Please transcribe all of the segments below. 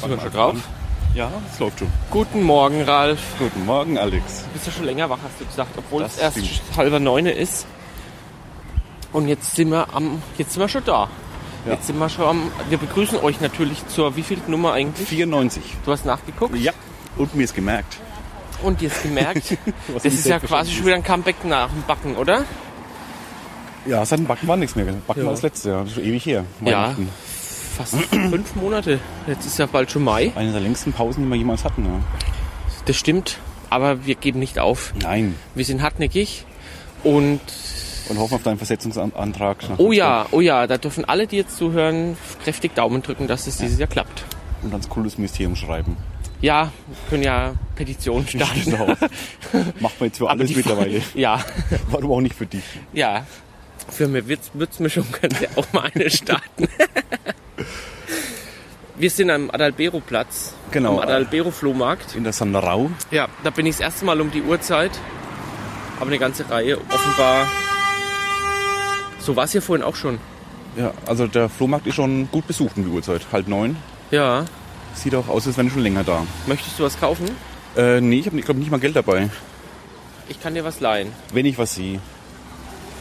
Sind wir schon drauf? Ja, es läuft schon. Guten Morgen, Ralf. Guten Morgen, Alex. Du bist ja schon länger wach, hast du gesagt, obwohl Das es erst stimmt. halber neune ist. Und jetzt sind wir am, jetzt sind wir schon da. Ja. Jetzt sind wir schon am, wir begrüßen euch natürlich zur wievielten Nummer eigentlich? 94. Du hast nachgeguckt Ja. Und mir ist gemerkt. und dir ist gemerkt, Was das ist nicht ja quasi selbstverständlich schon wieder ein Comeback nach dem Backen, oder? Ja, seit dem Backen war nichts mehr. Backen war das letzte Jahr. Das ist schon ewig her. Ja, Weihnachten. fast fünf Monate. Jetzt ist ja bald schon Mai. Eine der längsten Pausen, die wir jemals hatten. Ja. Das stimmt, aber wir geben nicht auf. Nein. Wir sind hartnäckig und Und hoffen auf deinen Versetzungsantrag. nach Oh dem ja, oh ja, da dürfen alle, die jetzt zuhören, kräftig Daumen drücken, dass es dieses Jahr klappt. Start. Und ans cooles Mysterium schreiben. Ja, wir können ja Petitionen starten. Genau. Macht man jetzt für Aber alles die- mittlerweile. Ja, Warum auch nicht für dich? ja. Für mir wird's, wird's mir schon, könnte ja auch mal eine starten. Wir sind am Adalbero-Platz. Genau. Am Adalbero-Flohmarkt. In der Sanderau. Ja, da bin ich das erste Mal um die Uhrzeit. Aber eine ganze Reihe offenbar. So war's ja vorhin auch schon. Ja, also der Flohmarkt ist schon gut besucht um die Uhrzeit. Halb neun. Ja. Sieht auch aus, als wären schon länger da. Möchtest du was kaufen? Äh, nee, ich habe, glaube nicht mal Geld dabei. Ich kann dir was leihen. Wenn ich was sehe.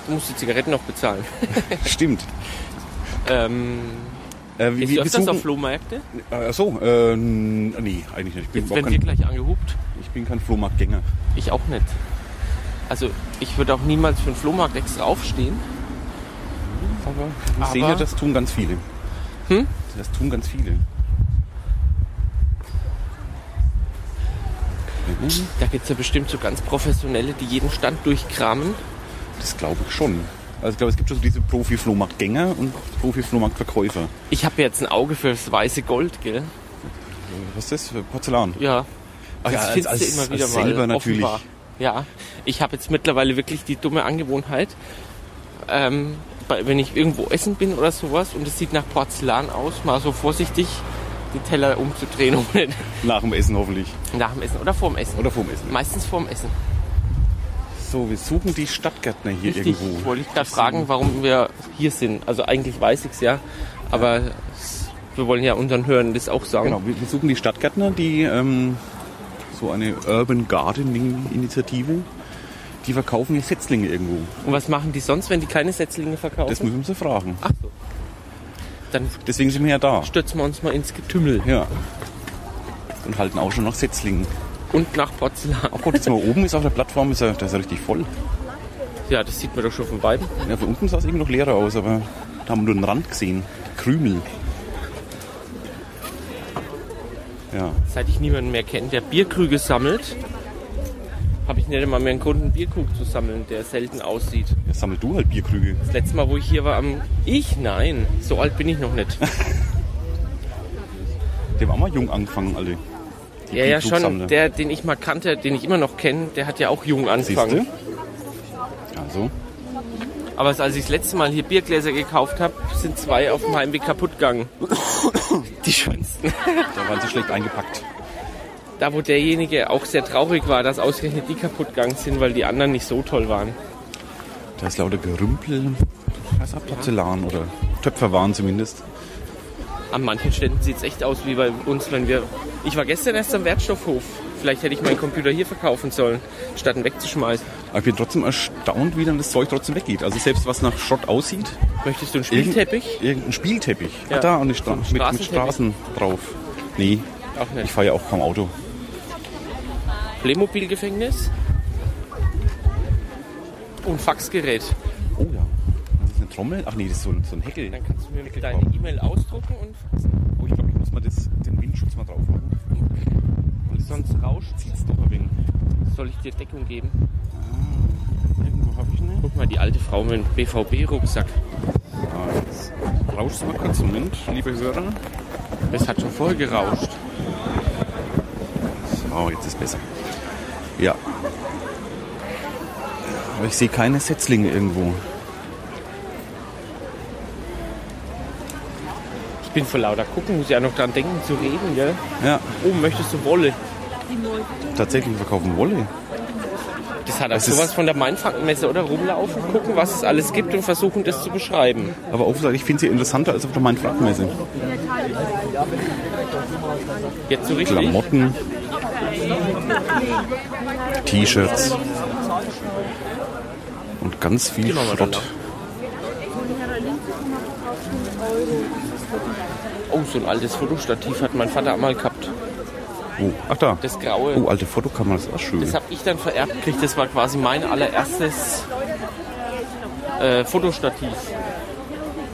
Du musst die Zigaretten noch bezahlen. Stimmt. Ähm, Äh, wir- Gehst wir du öfters suchen- auf Flohmärkte? Äh, Ach so, äh, nee, eigentlich nicht. Ich bin, Jetzt überhaupt werden wir kein, gleich angehupt. ich bin kein Flohmarktgänger. Ich auch nicht. Also ich würde auch niemals für einen Flohmarkt extra aufstehen. Aber ich sehe ja, das tun ganz viele. Hm? Das tun ganz viele. Da gibt es ja bestimmt so ganz Professionelle, die jeden Stand durchkramen. Das glaube ich schon. Also ich glaube, es gibt schon so diese Profi-Flohmarktgänger und Profi-Flohmarktverkäufer. Ich habe jetzt ein Auge fürs weiße Gold, gell? Was ist das? für Porzellan? Ja. Also Ach ja, Das findest du immer wieder als mal. Silber natürlich. offenbar. Ja. Ich habe jetzt mittlerweile wirklich die dumme Angewohnheit, ähm, bei, wenn ich irgendwo essen bin oder sowas und es sieht nach Porzellan aus, mal so vorsichtig die Teller umzudrehen, um nicht Nach dem Essen hoffentlich. nach dem Essen oder vorm Essen. Oder vorm Essen. Meistens vorm Essen. So, wir suchen die Stadtgärtner hier Richtig, irgendwo. wollte ich gerade fragen, warum wir hier sind. Also eigentlich weiß ich es ja, aber s- wir wollen ja unseren Hörern das auch sagen. Genau, wir wir suchen die Stadtgärtner, die ähm, so eine Urban Gardening Initiative, die verkaufen hier Setzlinge irgendwo. Und was machen die sonst, wenn die keine Setzlinge Das verkaufen? müssen sie fragen. Ach so. Dann Deswegen sind wir ja da. stürzen wir uns mal ins Getümmel Ja. Und halten auch schon nach Setzlingen. und nach Porzellan. Oh Gott, jetzt mal oben ist auf der Plattform, ist er, da ist er richtig voll. Ja, das sieht man doch schon von beiden. Ja, von unten sah es irgendwie noch leerer aus, aber da haben wir nur den Rand gesehen. Krümel. Ja, Seit ich niemanden mehr kenne, der Bierkrüge sammelt, habe ich nicht einmal mehr einen Grund, einen Bierkrug zu sammeln, der selten aussieht. jetzt sammel du halt Bierkrüge. Das letzte Mal, wo ich hier war, am... Ich? Nein, so alt bin ich noch nicht. Die haben auch mal jung angefangen, alle. Die Ja, ja, Bierkrugsammler. schon. Der, den ich mal kannte, den ich immer noch kenne, der hat ja auch jung angefangen. Siehste? Also, Aber als ich das letzte Mal hier Biergläser gekauft habe, sind zwei auf dem Heimweg kaputt gegangen. Die schönsten. da waren sie schlecht eingepackt. Da, wo derjenige auch sehr traurig war, dass ausgerechnet die kaputt gegangen sind, weil die anderen nicht so toll waren. Da ist lauter Gerümpel. Da ist auch Porzellan oder Töpferwaren zumindest. An manchen Ständen sieht es echt aus wie bei uns, wenn wir. Ich war gestern erst am Wertstoffhof. Vielleicht hätte ich meinen Computer hier verkaufen sollen, statt ihn wegzuschmeißen. Aber ich bin trotzdem erstaunt, wie dann das Zeug trotzdem weggeht. Also selbst was nach Schrott aussieht, Möchtest du einen Irgend- Spielteppich? Irgendein Spielteppich. Ja. Ah, da und eine Stra mit, mit Straßenteppich. Straßen drauf. Nee, Auch ich nicht. fahre ja auch kaum Auto. Playmobil-Gefängnis? Und Faxgerät. Oh ja. Das ist eine Trommel. Ach nee, das ist so ein, so ein Heckel. Dann kannst du mir deine E-Mail ausdrucken und Oh, ich glaube, ich muss mal das, den Windschutz mal drauf machen. Weil sonst sonst rauscht. zieht es doch ein wenig. Soll ich dir Deckung geben? Irgendwo habe ich eine. Guck mal, die alte Frau mit dem BVB-Rucksack. Ah, jetzt rauscht es mal kurz. Moment, liebe Hörer. Das hat schon voll gerauscht. Oh, jetzt ist besser. Ja. Aber ich sehe keine Setzlinge irgendwo. Ich bin vor lauter Gucken, muss ja noch dran denken zu reden, gell? Ja, Oh, möchtest du Wolle? tatsächlich verkaufen Wolle. Das hat auch Es ist- sowas von der Mainfrankenmesse, oder? Rumlaufen, gucken, was es alles gibt und versuchen, das zu beschreiben. Aber auch gesagt, ich finde sie interessanter als auf der Mainfrankenmesse. Jetzt so richtig. Klamotten, T-Shirts und ganz viel Gehen wir mal Schrott. Oh, so ein altes Fotostativ hat mein Vater einmal gehabt. Oh, ach da. Das graue. Oh, alte Fotokamera, das ist auch schön. Das habe ich dann vererbt gekriegt. Das war quasi mein allererstes äh, Fotostativ.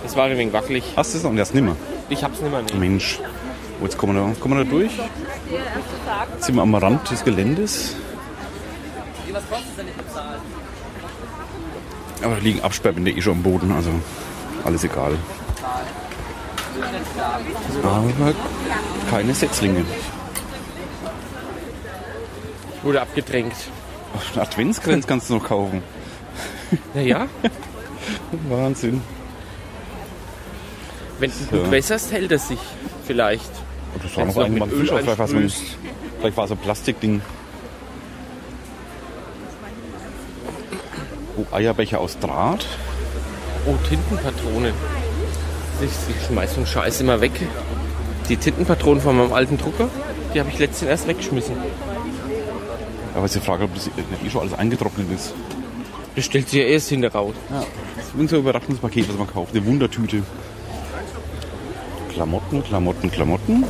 Das war ein wenig wackelig. Hast du es noch? Das nimmer. Ich hab's nimmer mehr. Mensch. Oh, jetzt kommen wir, da, kommen wir da durch. Jetzt sind wir am Rand des Geländes. Aber da liegen Absperrbänder eh schon am Boden, also alles egal. Aber keine Setzlinge. Ich wurde abgedrängt. Ach, einen Adventskranz kannst du noch kaufen. Naja, Wahnsinn. wenn du gut So. wässerst, hält es sich vielleicht. Und das war Wenn's noch noch ein mit Mann Öl Fisch, aber vielleicht war es ein- einsprühst. vielleicht war es ein Plastikding. Oh, Eierbecher aus Draht. Oh, Tintenpatronen. Ich, ich schmeiß so einen Scheiß immer weg. Die Tintenpatronen von meinem alten Drucker, die habe ich letztens erst weggeschmissen. Aber jetzt die Frage, ob das nicht eh schon alles eingetrocknet ist. Das stellt sich ja erst hinter raus. Ja. Das ist unser Überraschungspaket, was man kauft. Eine Wundertüte. Klamotten, Klamotten, Klamotten.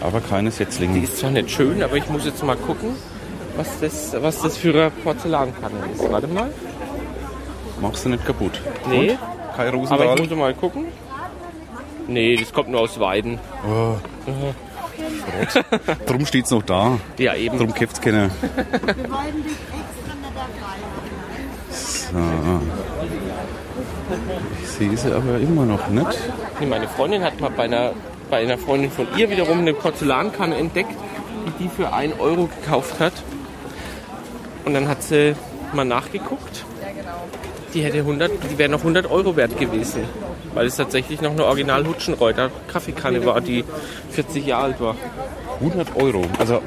Aber keine Die Setzlinge. ist zwar nicht schön, aber ich muss jetzt mal gucken, was das, was das für eine Porzellankanne ist. Warte mal. Machst du nicht kaputt. Nee. Und? Kai Aber ich Rosendahl. muss mal gucken. Nee, das kommt nur aus Weiden. Drum steht's noch da. Ja, eben. Drum kämpft's keiner. wollten dich extra mit dabei haben. So. Ich sehe sie aber immer noch nicht. Nee, meine Freundin hat mal bei einer, bei einer Freundin von ihr wiederum eine Porzellankanne entdeckt, die die für 1 Euro gekauft hat. Und dann hat sie mal nachgeguckt. Die hätte 100, die wäre noch 100 Euro wert gewesen, weil es tatsächlich noch eine Original Hutschenreuter Kaffeekanne war, die 40 Jahre alt war. 100 Euro. Also äh,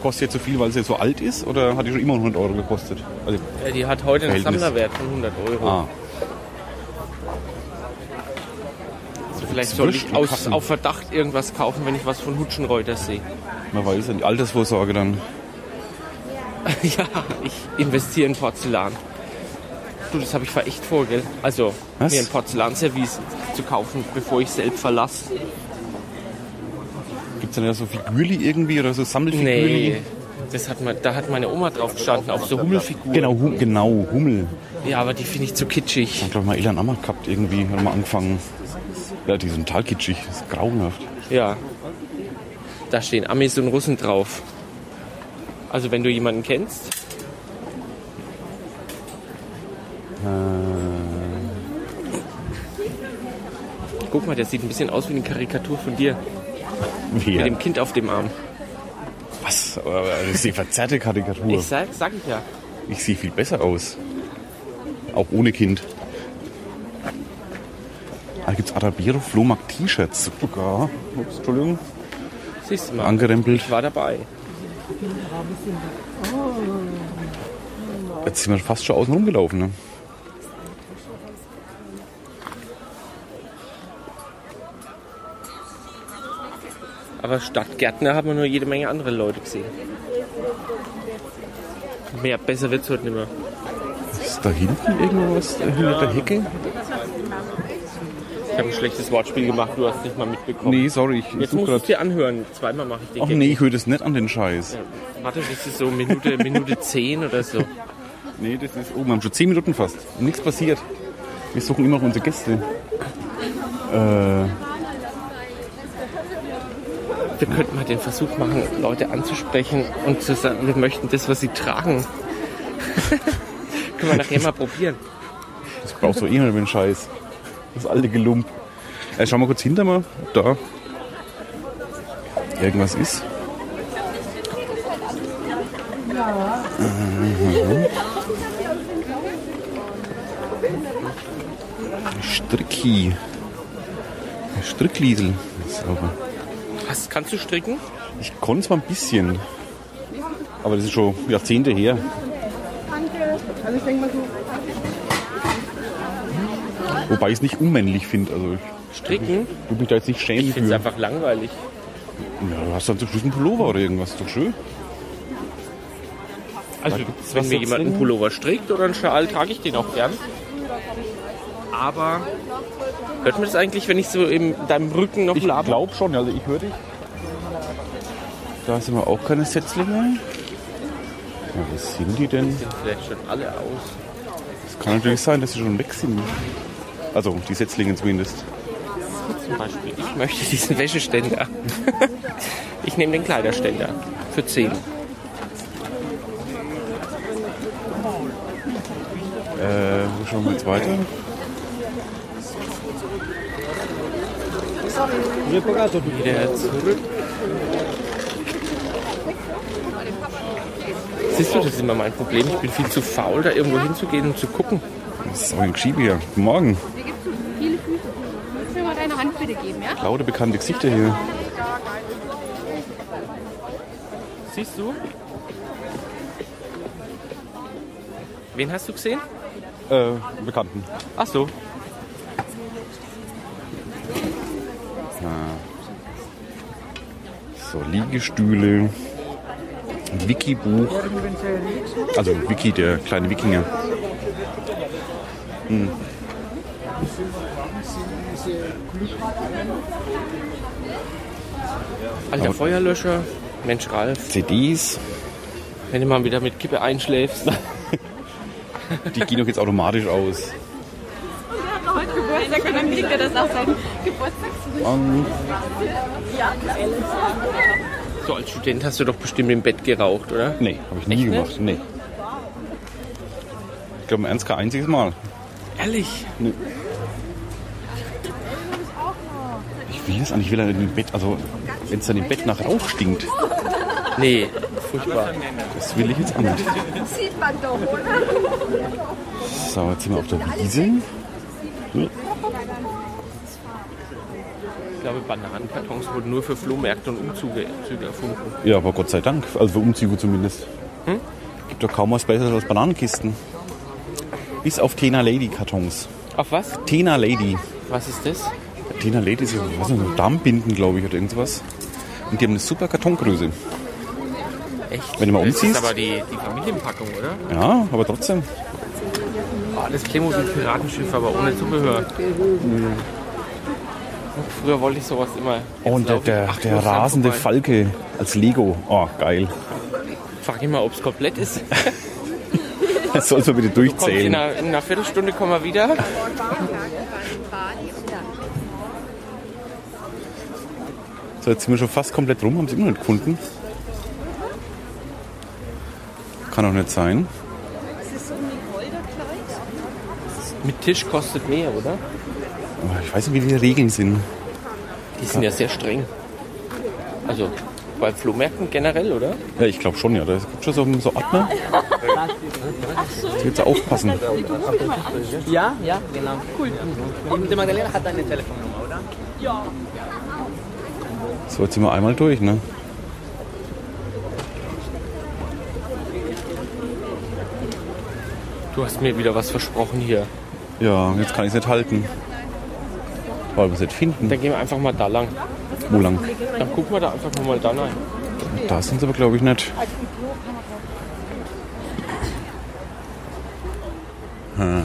kostet jetzt so viel, weil es jetzt so alt ist? Oder hat die schon immer 100 Euro gekostet? Also, Ja, die hat heute einen Verhältnis. Sammlerwert von 100 Euro. ah, Also vielleicht soll ich Zwischen aus, Kassen. auf Verdacht irgendwas kaufen, wenn ich was von Hutschenreuter sehe. man weiß ja, die Altersvorsorge dann. ja, ich investiere in Porzellan. Du, das habe ich war echt vor, gell? Also, Was? mir ein Porzellanservice zu kaufen, bevor ich selbst verlasse. Gibt es denn ja so Figürli irgendwie oder so Sammelfigürli? Nee. Das hat man, da hat meine Oma drauf gestanden, auf so Hummelfiguren. Genau, Hu- genau, Hummel. Ja, aber die finde ich zu kitschig. Ich glaube mal Elan Ammer gehabt irgendwie, hat mal angefangen. Ja, die sind total kitschig, das ist grauenhaft. Ja. Da stehen Amis und Russen drauf. Also, wenn du jemanden kennst. Guck mal, der sieht ein bisschen aus wie eine Karikatur von dir. Wer? Mit dem Kind auf dem Arm. Was? Aber Das ist die verzerrte Karikatur. Ich sag, sag ich ja. Ich sehe viel besser aus. Auch ohne Kind. Da gibt es Arabero Flohmarkt T-Shirts. Sogar. Ups, Entschuldigung. Siehst du mal. Angerempelt. ich war dabei. Jetzt sind wir fast schon außen rumgelaufen. Ne? Aber statt Gärtner haben wir nur jede Menge andere Leute gesehen. Mehr, besser wird's heute nicht mehr. Ist da hinten irgendwo was äh, hinter der Hecke? Ich habe ein schlechtes Wortspiel gemacht, du hast nicht mal mitbekommen. Nee, sorry. Ich, ich Jetzt such musst du grad. es dir anhören. Zweimal mache ich den Ach Gag. nee, ich höre das nicht an den Scheiß. Warte, das ist so Minute, Minute 10 oder so. Nee, das ist. Oh, wir haben schon 10 Minuten fast. Nichts passiert. Wir suchen immer noch unsere Gäste. Äh, Wir könnten mal den Versuch machen, Leute anzusprechen und zu sagen, wir möchten das, was sie tragen. Können wir nachher mal probieren. das brauchst du eh nicht mit dem Scheiß. Das alte Gelump. Äh, schau mal kurz hinter mir, ob da irgendwas ist. Mhm. Stricki. Strickliesel. Sauber. Was, kannst du stricken? Ich konnte zwar ein bisschen. Aber das ist schon Jahrzehnte her. Also ich denke mal so, Wobei ich es nicht unmännlich finde. Also Stricken? ich würde mich da jetzt nicht schämen Ich finde es für. einfach langweilig. Ja, du hast dann zum Schluss einen Pullover oder irgendwas. Ist doch schön. Also, gibt's wenn was mir dazu? jemand einen Pullover strickt oder einen Schal, trage ich den auch gern. Aber hört man das eigentlich, wenn ich so in deinem Rücken noch Ich laber? glaube schon, also ich höre dich. Da sind wir auch keine Setzlinge. Ja, was sind die denn? sind vielleicht schon alle aus. Es kann natürlich sein, dass sie schon weg sind. Also die Setzlinge zumindest. Zum Beispiel, ich möchte diesen Wäscheständer. ich nehme den Kleiderständer für 10. Äh, wo schauen wir jetzt weiter? Wieder zurück. Siehst du, das ist immer mein Problem. Ich bin viel zu faul, da irgendwo hinzugehen und zu gucken. Das ist aber ein Geschiebe hier. Guten Morgen. Hier gibt es viele Füße. Kannst du mir mal deine Hand bitte geben, ja? Laute bekannte Gesichter hier. Siehst du? Wen hast du gesehen? Äh, Bekannten. Ach so. So, Liegestühle. Wikibuch. Also Wiki, der kleine Wikinger. Alter Feuerlöscher. Mensch, Ralf, CDs. wenn du mal wieder mit Kippe einschläfst. Die gehen doch jetzt automatisch aus. Heute Geburtstag und dann kriegt er das auch sein Geburtstagswunsch. Ähm, So als Student hast du doch bestimmt im Bett geraucht, oder? nee, habe ich nie Echt gemacht. Nee. Ich glaube, im Ernst kein einziges Mal. Ehrlich? Ich will das eigentlich, ich will dann im Bett, also wenn es dann im Bett nach Rauch stinkt, Nee, furchtbar. das will ich jetzt auch nicht. Sieht man doch, oder? So, jetzt sind wir auf der Wiese. Ich glaube, Bananenkartons wurden nur für Flohmärkte und Umzüge Züge erfunden. Ja, aber Gott sei Dank, also für Umzüge zumindest. Gibt doch kaum was Besseres als Bananenkisten. Bis auf Tena Lady Kartons. Auf was? Tena Lady. Was ist das? Tena Lady ist ja, was ist das, Darmbinden, glaube ich, oder irgendwas. Und die haben eine super Kartongröße. Echt? Wenn du mal umziehst? Das ist aber die, die Familienpackung, oder? Ja, aber trotzdem. Oh, das Playmobil-Piratenschiff, aber ohne Zubehör. Hm. Früher wollte ich sowas immer. Jetzt Oh, und der, laufe ich der, acht Uhr der dran rasende vorbei. Falke als Lego. Oh, geil. Frag ich mal, ob es komplett ist. Das sollst du bitte Kommt in, durchzählen. einer, in einer Viertelstunde kommen wir wieder. So, jetzt sind wir schon fast komplett rum, haben sie immer noch nicht gefunden. Kann doch nicht sein. Mit Tisch kostet mehr, oder? Aber Ich weiß nicht, wie die Regeln sind. Die sind ja sehr streng. Also bei Flohmärkten generell, oder? Ja, ich glaube schon, ja. Da gibt schon so einen so Ordner. Da gibt's aufpassen. Ja, ja, genau. Cool. Und die Magdalena hat deine Telefonnummer, oder? So, jetzt sind wir einmal durch, ne? Du hast mir wieder was versprochen hier. Ja, jetzt kann ich es nicht halten. Weil wir es nicht finden. Dann gehen wir einfach mal da lang. Wo lang? Dann gucken wir da einfach nur mal da rein. Da sind sie aber, glaube ich, nicht. Hm.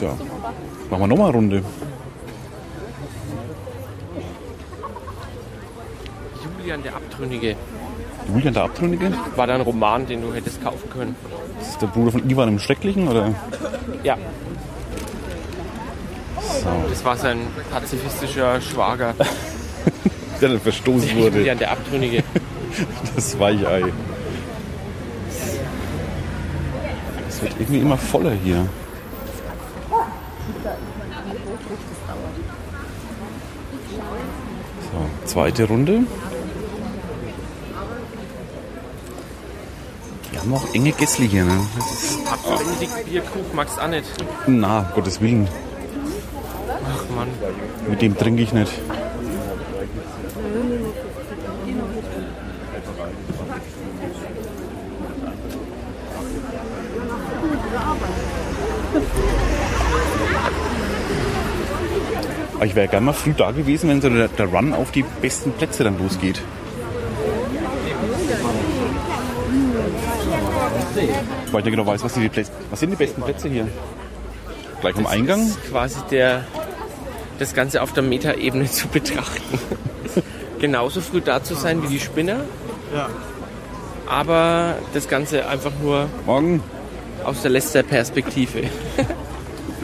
Ja, machen wir nochmal eine Runde. Julian der Abtrünnige Julian der Abtrünnige? war da ein Roman, den du hättest kaufen können. Das ist der Bruder von Ivan dem Schrecklichen, oder? Ja, So. das war sein pazifistischer Schwager. Der dann verstoßen wurde. Julian der Abtrünnige. Das Weichei. Es wird irgendwie immer voller hier. So, zweite Runde. Die haben auch enge Gässli hier, ne? Das ist, Hab so Benedikt Bierkrug, magst auch nicht. na, um Gottes Willen. Ach Mann. Mit dem trinke ich nicht. Aber ich wäre gerne mal früh da gewesen, wenn so der, der Run auf die besten Plätze dann losgeht. Weil ich ja genau weiß, was sind die, Plätze, was sind die besten Plätze hier? Gleich am Eingang? ist quasi der, das Ganze auf der Metaebene zu betrachten. Genauso früh da zu sein wie die Spinner. Aber das Ganze einfach nur Morgen? aus der letzter Perspektive. Ja,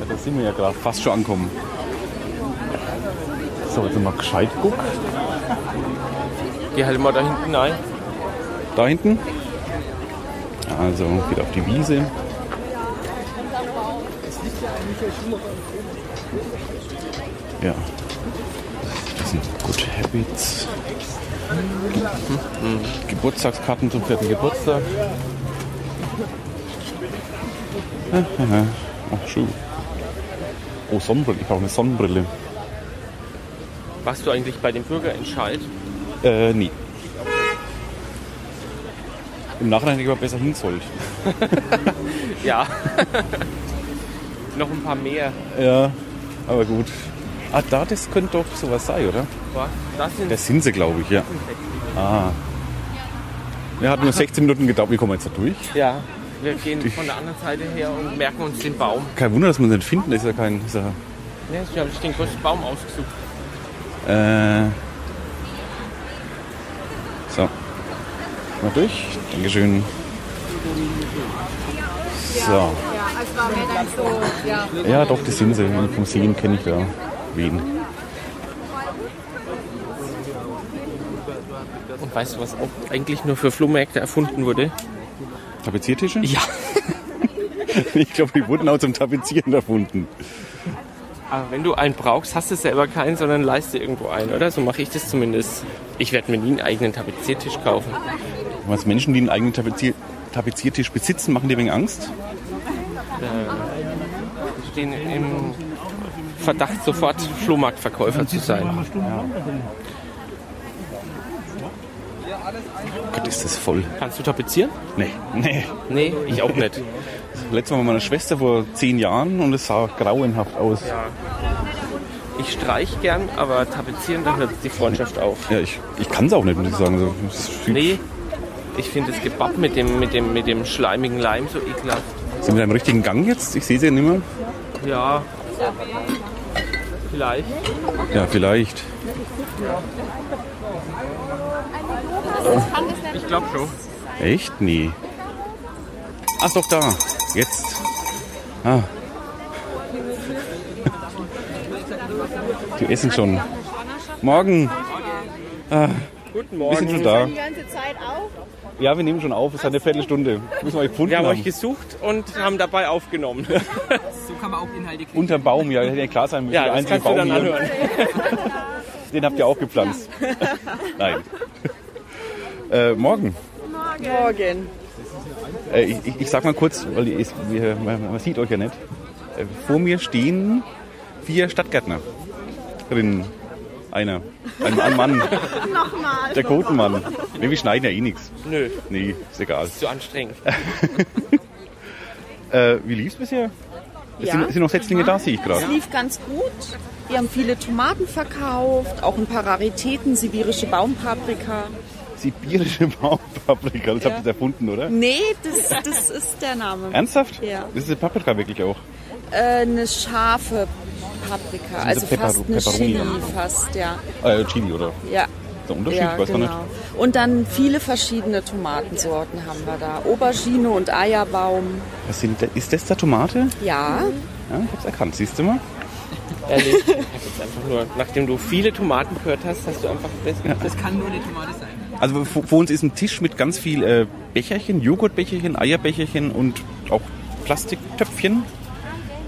da sind wir ja gerade fast schon ankommen. So, jetzt mal gescheit guck. Geh halt mal da hinten rein. Da hinten. Also, geht auf die Wiese. Ja. Das sind Good Habits. Mhm. Geburtstagskarten zum vierten Geburtstag. Ach, schön. Oh, Sonnenbrille. Ich brauche eine Sonnenbrille. Warst du eigentlich bei dem Bürgerentscheid? Äh, nee. Im Nachhinein hätte ich aber besser hin sollen. Ja. Noch ein paar mehr. Ja, aber gut. Ah, da, das könnte doch sowas sein, oder? Boah, Das sind Das sind sie, glaube ich, ja. Ah. Ja, hat nur 16 Minuten gedauert. Wir kommen jetzt da durch. ja. Wir gehen von der anderen Seite her und merken uns den Baum. Kein Wunder, dass wir uns nicht finden. Das ist ja kein. Ist ja, Ne, ich habe den größten Baum ausgesucht. äh. So. Mal durch. Dankeschön. So. Ja, es war mir dann so, ja. Ja, doch, das sind sie. Vom Sehen kenne ich ja wen. Und weißt du, was auch eigentlich nur für Flohmärkte erfunden wurde? Tapeziertische? Ja. Ich glaube, die wurden auch zum Tapezieren erfunden. Aber wenn du einen brauchst, hast du selber keinen, sondern leist dir irgendwo einen, oder? So mache ich das zumindest. Ich werde mir nie einen eigenen Tapeziertisch kaufen. Was Menschen, die einen eigenen Tapezier Tapeziertisch besitzen, machen dir wegen Angst? Stehen im Verdacht, sofort Flohmarktverkäufer zu sein. Gott, ist das voll. Kannst du tapezieren? Nee, nee. Nee, ich auch nicht. Letztes Mal mit meiner Schwester vor zehn Jahren und es sah grauenhaft aus. Ich streich gern, aber tapezieren, dann hört die Freundschaft auf. Ja, ich, ich kann es auch nicht, muss ich sagen. So, es ist viel- Nee, ich finde das Gebab mit dem, mit, dem, mit dem schleimigen Leim so ekelhaft. Sind wir da im richtigen Gang jetzt? Ich sehe sie ja nicht mehr. Ja, vielleicht. Ja, vielleicht. Ich glaube schon. Echt? Nee. Ach, doch, da. Jetzt. Ah. Die essen schon. Morgen. Guten Wir sind schon da. Die ganze Zeit auf. Ja, wir nehmen schon auf. Es hat eine Viertelstunde. Müssen wir euch gefunden Wir haben haben. euch gesucht und haben dabei aufgenommen. So kann man auch Inhalte kriegen. Unterm Baum, ja, hätte ja klar sein müssen. Ja, der das einzige kannst du Baum dann hier. anhören. Den habt ihr auch gepflanzt. Nein. Äh, morgen. Morgen. Äh, ich, ich- ich sag mal kurz, weil ihr- wir- man man sieht euch ja nicht. Äh, vor mir stehen vier Stadtgärtnerinnen. Einer. Ein, ein Mann. Nochmal. Der Kotenmann. Nee, wir schneiden ja eh nichts. Nö, Nee, ist egal. zu anstrengend. Äh, wie lief's bisher? Es Ja. Sind, sind noch Setzlinge da, sehe ich Es gerade. lief ganz gut. Wir haben viele Tomaten verkauft, auch ein paar Raritäten, sibirische Baumpaprika. Sibirische Baumpaprika, das habt ihr erfunden, oder? Nee, das, das ist der Name. Ernsthaft? Ja. Das ist eine Paprika wirklich auch. Äh, eine scharfe Paprika, also so Pepper- fast eine Pepperoni. Chili, fast, ja. Äh, Chili, oder? Ja, Der Unterschied, ja weiß man genau. nicht. Und dann viele verschiedene Tomatensorten haben wir da. Aubergine und Eierbaum. Was sind, da- ist das da Tomate? Ja, Ja, ich hab's erkannt, siehst du mal? Ehrlich, ich hab jetzt einfach nur, nachdem du viele Tomaten gehört hast, hast du einfach das. Das kann nur eine Tomate sein. Also vor, vor uns ist ein Tisch mit ganz viel äh, Becherchen, Joghurtbecherchen, Eierbecherchen und auch Plastiktöpfchen.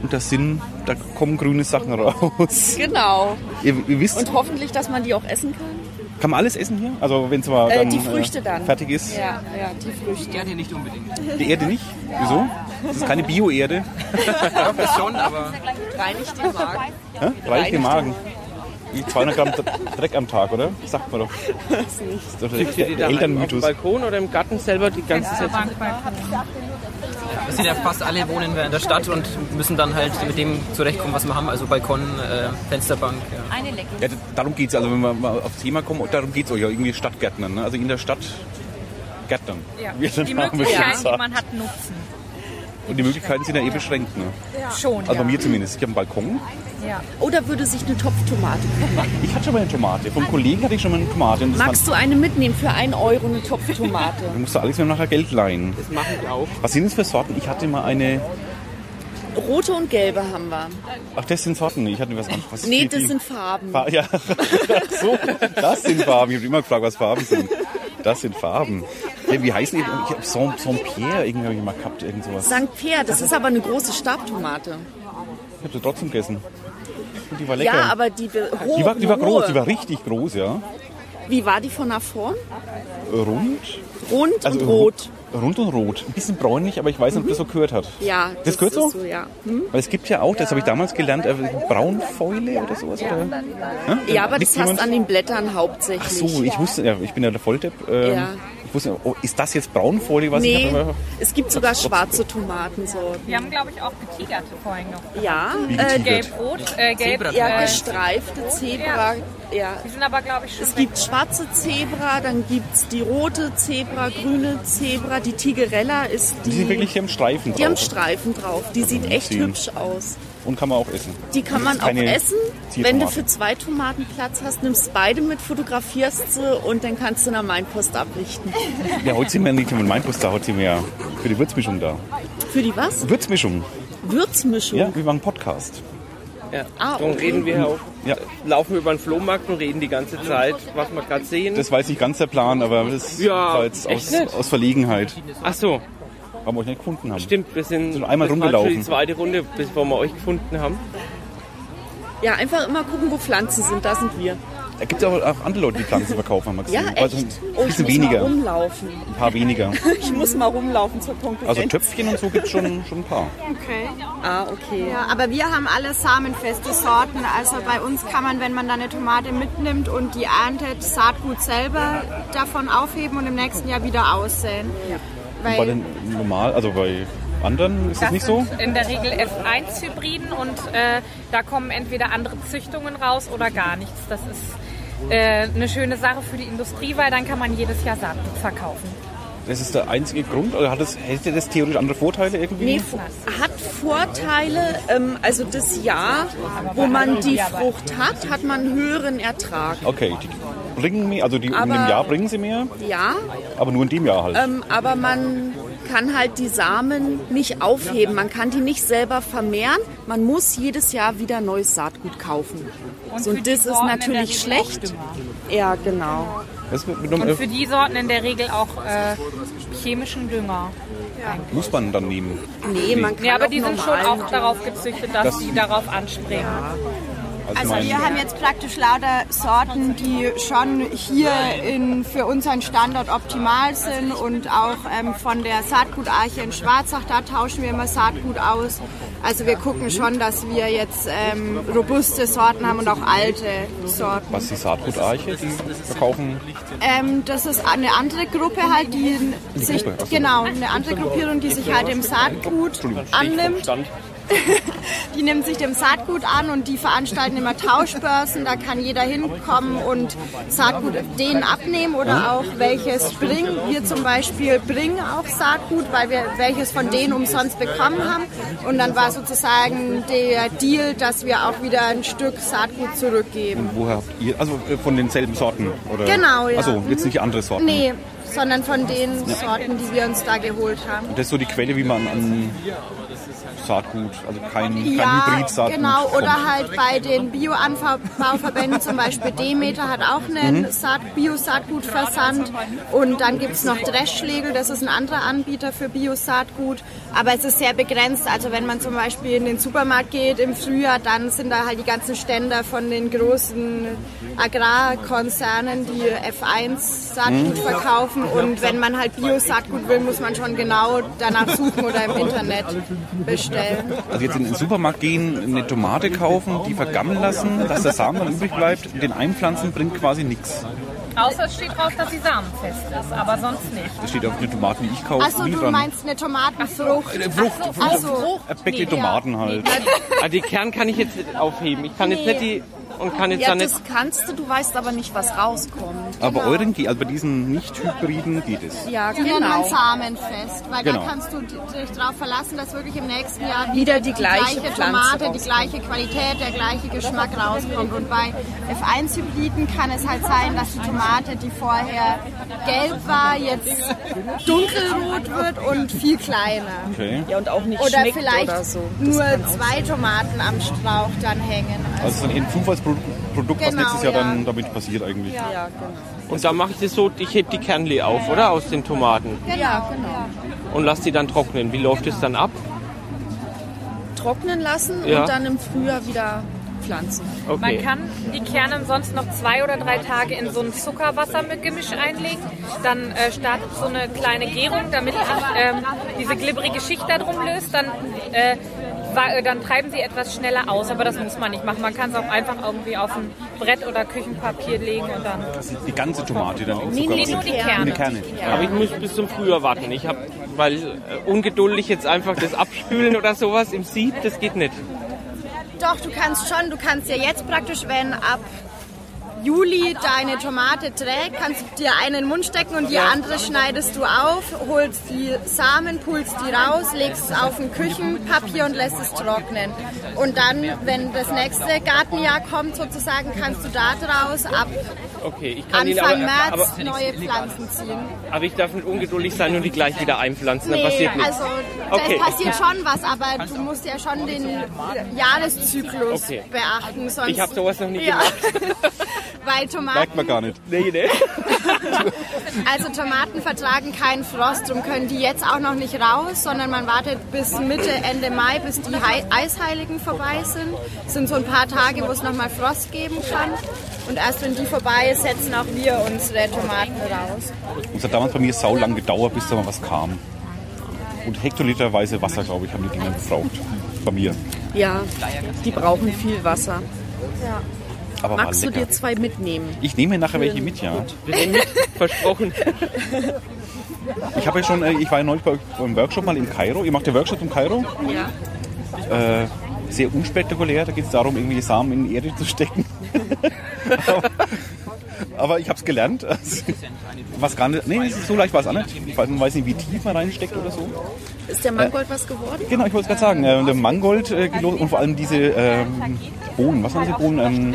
Und das sind, da kommen grüne Sachen raus. genau. Ihr, ihr wisst, Und hoffentlich, dass man die auch essen kann. kann man alles essen hier? Also wenn es mal Äh, dann, die Früchte dann. fertig ist. Ja, ja, die Früchte. Gerne nicht unbedingt. Die Erde nicht? Wieso? Das ist keine Bio-Erde. Schon, aber Reinigt den Magen. Reicht den Magen. wie 200 Gramm Dreck am Tag, oder? Sagt man doch. Das ist doch Kriegt der, ihr die der dann auf dem halt Elternmythos. Balkon oder im Garten selber die ganze Zeit? Das sind ja fast alle wohnen wir in der Stadt und müssen dann halt mit dem zurechtkommen, was wir haben. Also Balkon, äh, Fensterbank. Ja. Eine Lecke. Ja, d- darum geht es, also wenn wir mal aufs Thema kommen, darum geht es euch ja irgendwie Stadtgärtnern, ne? also in der Stadt Gärtnern. Wir sind Die da, muss ich Möglichkeiten, die sagen. man hat, nutzen. Und die Möglichkeiten sind ja eh beschränkt. Ne? Schon, Also ja. bei mir zumindest. Ich habe einen Balkon. Oder würde sich eine Topftomate kümmern? Ich hatte schon mal eine Tomate. Vom Kollegen hatte ich schon mal eine Tomate. Und das Magst du eine mitnehmen für 1 Euro, eine Topftomate? Du musst du alles mir nachher Geld leihen. Das mache ich auch. Was sind das für Sorten? Ich hatte mal eine. Rote und gelbe haben wir. Ach, das sind Sorten. Ich hatte was anderes. Nee, Die- das die- sind Farben. Fa- Ja. Ach so, das sind Farben. Ich habe immer gefragt, was Farben sind. Das sind Farben. Ja, wie heißen die? Ich habe Saint, Saint Pierre irgendwie habe ich mal gehabt, irgend sowas. St. Pierre, das ist aber eine große Stabtomate. Ich habe sie trotzdem gegessen. Und die war lecker. Ja, aber die, be- hohe, die war, die war hohe. groß, die war richtig groß, ja. Wie war die von nach vorn? Rund. Rund Also und rot. Mhm. ru- Rund und rot. Ein bisschen bräunlich, aber ich weiß nicht, ob das so gehört hat. Ja, Das gehört ist so? ja. Weil es gibt ja auch, das habe ich damals gelernt, äh, Braunfäule oder sowas. Oder? Hä? ja, aber Liegt das hast jemand- an den Blättern Ach hauptsächlich. so, ich wusste, ja, ich bin ja der Volldepp. Ähm, Ja. Ich wusste, oh, ist das jetzt Braunfäule, was ich Nee, habe? es gibt sogar schwarze Tomatensorten. Wir haben, glaube ich, auch getigerte vorhin noch. Ja, Wie äh, getigert. Gelb-rot, äh, gelb. Zebra- ja Äh, gestreifte Zebra. Ja. die sind aber, glaube ich, schon Es gibt schwarze Zebra, dann gibt es die rote Zebra, grüne Zebra. Die Tigerella ist die... Die sind wirklich hier im Streifen die haben drauf. Streifen drauf. Die sieht muss echt sehen. hübsch aus. Und kann man auch essen. Die kann Das man ist auch keine essen. Wenn Ziertomate. du für zwei Tomaten Platz hast, nimmst beide mit, fotografierst sie und dann kannst du in der Mainpost ablichten. Ja, heute sind wir nicht mit meinem Bus da, heute sind wir ja für die Würzmischung da. Für die was? Würzmischung, Würzmischung. ja, wir machen Podcast. Ja. Ah, Darum okay. reden wir ja auch. Ja, Laufen wir über den Flohmarkt und reden die ganze Zeit, was wir gerade sehen. das war jetzt nicht ganz der Plan, aber das Ja, war jetzt echt aus, nicht? aus Verlegenheit, Ach so, weil wir euch nicht gefunden haben. stimmt, wir sind, Sind einmal das war jetzt schon rumgelaufen. die zweite Runde, bevor wir euch gefunden haben. Ja, einfach immer gucken, wo Pflanzen sind. Da sind wir. Da gibt es auch, auch andere Leute, die Pflanzen verkaufen, haben wir Ja, gesehen. echt. Also Oh, ein bisschen ich muss mal weniger, ein rumlaufen. paar weniger. Ich muss mal rumlaufen zur Konkurrenz. Also Töpfchen und so gibt es schon, schon ein paar. ah, okay. Ja, aber wir haben alle samenfeste Sorten. Also bei uns kann man, wenn man da eine Tomate mitnimmt und die erntet, Saatgut selber davon aufheben und im nächsten Jahr wieder aussehen. Bei Weil den normal, also bei anderen ist das, Das nicht so. sind in der Regel F1-Hybriden und äh, da kommen entweder andere Züchtungen raus oder gar nichts. Das ist äh, eine schöne Sache für die Industrie, weil dann kann man jedes Jahr Saatgut verkaufen. Das ist der einzige Grund. Oder hat es, hätte das theoretisch andere Vorteile irgendwie? Nee, fu- hat Vorteile. Ähm, also das Jahr, wo man die Frucht hat, hat man einen höheren Ertrag. Okay, die bringen mir, also die in Aber- dem Jahr bringen sie mir, Ja, aber nur in dem Jahr halt. ähm, aber man kann halt die Samen nicht aufheben. Man kann die nicht selber vermehren. Man muss jedes Jahr wieder neues Saatgut kaufen. Und So, für und die das ist Sorten in der natürlich Regel auch schlecht. dümmer. Ja, genau. das wird mit einem, Und für äh, die Sorten in der Regel auch äh, chemischen Dünger. muss man dann nehmen. Nee, man kann Ja, aber auch die sind schon normal auch darauf gezüchtet, dass Das- die darauf anspringen. also mein- wir haben jetzt praktisch lauter Sorten, die schon hier in, für unseren Standort optimal sind und auch ähm, von der Saatgutarche in Schwarzach, da tauschen wir immer Saatgut aus. Also wir gucken schon, dass wir jetzt ähm, robuste Sorten haben und auch alte Sorten. Was ist die Saatgutarche, die verkaufen? Ähm, das ist eine andere Gruppe halt, die, sich Gruppe, ach so. genau eine andere Gruppierung, die sich halt dem Saatgut annimmt. Die nimmt sich dem Saatgut an und die veranstalten immer Tauschbörsen. Da kann jeder hinkommen und Saatgut denen abnehmen oder auch welches bringen. Wir zum Beispiel bringen auch Saatgut, weil wir welches von denen umsonst bekommen haben. Und dann war sozusagen der Deal, dass wir auch wieder ein Stück Saatgut zurückgeben. Woher habt ihr? Also äh, von denselben Sorten? Oder? Genau, ja. Also jetzt nicht andere Sorten. Nee, sondern von den Sorten, die wir uns da geholt haben. Das ist so die Quelle, wie man an Saatgut, also kein, kein Ja, Hybrid-Saatgut. genau. kommt. Oder halt bei den Bioanbauverbänden, zum Beispiel Demeter hat auch einen Saat, Bio-Saatgutversand. Und dann gibt es noch Dreschschlegel, das ist ein anderer Anbieter für Bio-Saatgut. Aber es ist sehr begrenzt. Also wenn man zum Beispiel in den Supermarkt geht im Frühjahr, dann sind da halt die ganzen Ständer von den großen Agrarkonzernen, die F1-Saatgut verkaufen. Und wenn man halt Bio-Saatgut will, muss man schon genau danach suchen oder im Internet bestellen. bestellen. Also jetzt in den Supermarkt gehen, eine Tomate kaufen, die vergammeln lassen, dass der Samen dann übrig bleibt, den einpflanzen bringt quasi nichts. Außer es steht drauf, dass sie samenfest ist, aber sonst nicht. Das steht auf den Tomaten, die ich kaufe, Achso, nie du dran. meinest eine Tomatenfrucht. Äh, Frucht, Ach so, also, Frucht, ach so. Frucht, Ein Päckchen Tomaten halt. Ah, die Kern kann ich jetzt nicht aufheben. Ich kann jetzt Nee. nicht die und kann jetzt Ja, da nicht. das kannst du, du weißt aber nicht, was rauskommt. Aber bei euren, also bei diesen nicht-Hybriden geht es. Ja, Die nennt man genau. Samenfest, weil Genau. da kannst du dich darauf verlassen, dass wirklich im nächsten Jahr Wieder die gleiche Pflanze Tomate, die gleiche Qualität, der gleiche Geschmack rauskommt. Und bei F1-Hybriden kann es halt sein, dass die Tomate, die vorher gelb war, jetzt dunkelrot wird und viel kleiner. Okay. Ja, und auch nicht Oder schmeckt vielleicht oder so. Das nur kann auch zwei Tomaten am Strauch dann hängen. Also es ist dann eher ein Zufallsprodukt, Produkt, was Genau, nächstes Jahr ja. dann damit passiert eigentlich. Und dann mache ich das so, ich heb die Kernli auf, oder? Aus den Tomaten. Ja, genau. Und lass die dann trocknen. Wie läuft es dann ab? Trocknen lassen Ja. und dann im Frühjahr wieder pflanzen. Okay. Man kann die Kerne sonst noch zwei oder drei Tage in so ein Zuckerwassergemisch einlegen. Dann äh, startet so eine kleine Gärung, damit sich ähm, diese glibberige Schicht da drum löst. Dann, äh, wa- äh, dann treiben sie etwas schneller aus, aber das muss man nicht machen. Man kann es auch einfach irgendwie auf ein Brett oder Küchenpapier legen und dann. Die ganze Tomate dann in Nee, nee, Zuckerwasser. nur die Kerne. Die Kerne. Kerne. Aber ich muss bis zum Frühjahr warten. Ich habe, weil äh, ungeduldig jetzt einfach das Abspülen oder sowas im Sieb, das geht nicht. Doch, du kannst schon, du kannst ja jetzt praktisch, wenn ab Juli deine Tomate trägt, kannst du dir einen in den Mund stecken und die andere schneidest du auf, holst die Samen, pulst die raus, legst es auf ein Küchenpapier und lässt es trocknen. Und dann, wenn das nächste Gartenjahr kommt sozusagen, kannst du da draus ab Okay, ich kann ihn aber, Anfang März aber, neue Pflanzen ziehen. aber ich darf nicht ungeduldig sein und die gleich wieder einpflanzen. Dann Nee, passiert nichts. also Okay. es passiert schon was, aber du musst ja schon den Jahreszyklus Okay. beachten. Sonst Ich hab sowas noch nie Weil Merkt man Tomaten, gar nicht. Nee, nee. also Tomaten vertragen keinen Frost und können die jetzt auch noch nicht raus, sondern man wartet bis Mitte, Ende Mai, bis die Hei Eisheiligen vorbei sind. Es sind so ein paar Tage, wo es nochmal Frost geben kann. Und erst wenn die vorbei ist, setzen auch wir unsere Tomaten raus. Und es hat damals bei mir saulang gedauert, bis da mal was kam. Und hektoliterweise Wasser, glaube ich, haben die Dinger gebraucht. Bei mir. Ja, die brauchen viel Wasser. Aber Magst war du lecker. dir zwei mitnehmen? ich nehme mir nachher welche mit, ja. Versprochen. Ich habe ja schon, äh, ich war ja neulich bei euch beim Workshop mal in Kairo. Ihr macht ja Workshops in Kairo? Ja. Äh, sehr unspektakulär, da geht es darum, irgendwelche Samen in die Erde zu stecken. aber, aber ich habe es gelernt. Also, was gar nicht, nee, so leicht war es auch nicht. Ich weiß- man weiß nicht, wie tief man reinsteckt oder so. Ist der Mangold was geworden? Genau, ich wollte es gerade sagen. Äh, der Mangold äh, gelost und vor allem diese ähm, Bohnen. Was waren diese Bohnen? Ähm,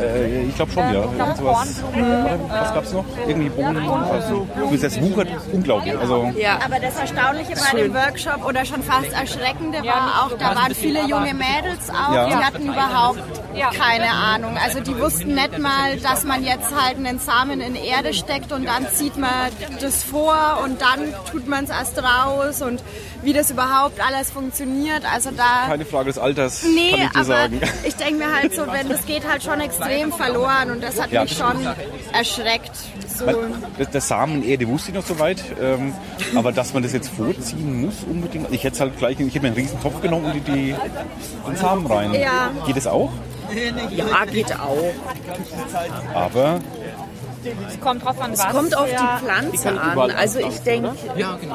äh, ich glaube schon, ja. Irgend sowas. Warte, Was gab's noch? Irgendwie Bohnen. Also, das wuchert unglaublich. Also, Ja. Aber das Erstaunliche bei dem Workshop oder schon fast Erschreckende war auch, da waren viele junge Mädels auch, Ja. die hatten überhaupt keine Ahnung. Also die wussten nicht mal, dass man jetzt halt einen Samen in Erde steckt und dann zieht man das vor und dann tut man es erst raus und wie das überhaupt alles funktioniert. Also da keine Frage des Alters, Nee, kann ich dir aber sagen. ich denke mir halt so, wenn das geht, halt schon extrem verloren und das hat Ja, mich das schon erschreckt. So. Weil das- Der Samen Erde wusste ich noch soweit, ähm, aber dass man das jetzt vorziehen muss unbedingt. Also ich hätte halt gleich, ich hätte mir einen riesen Topf genommen und die, die den Samen rein. Ja. Geht das auch? Ja, geht auch. Aber Es kommt drauf an, was. Kommt auf die Pflanze an. Also ich denke,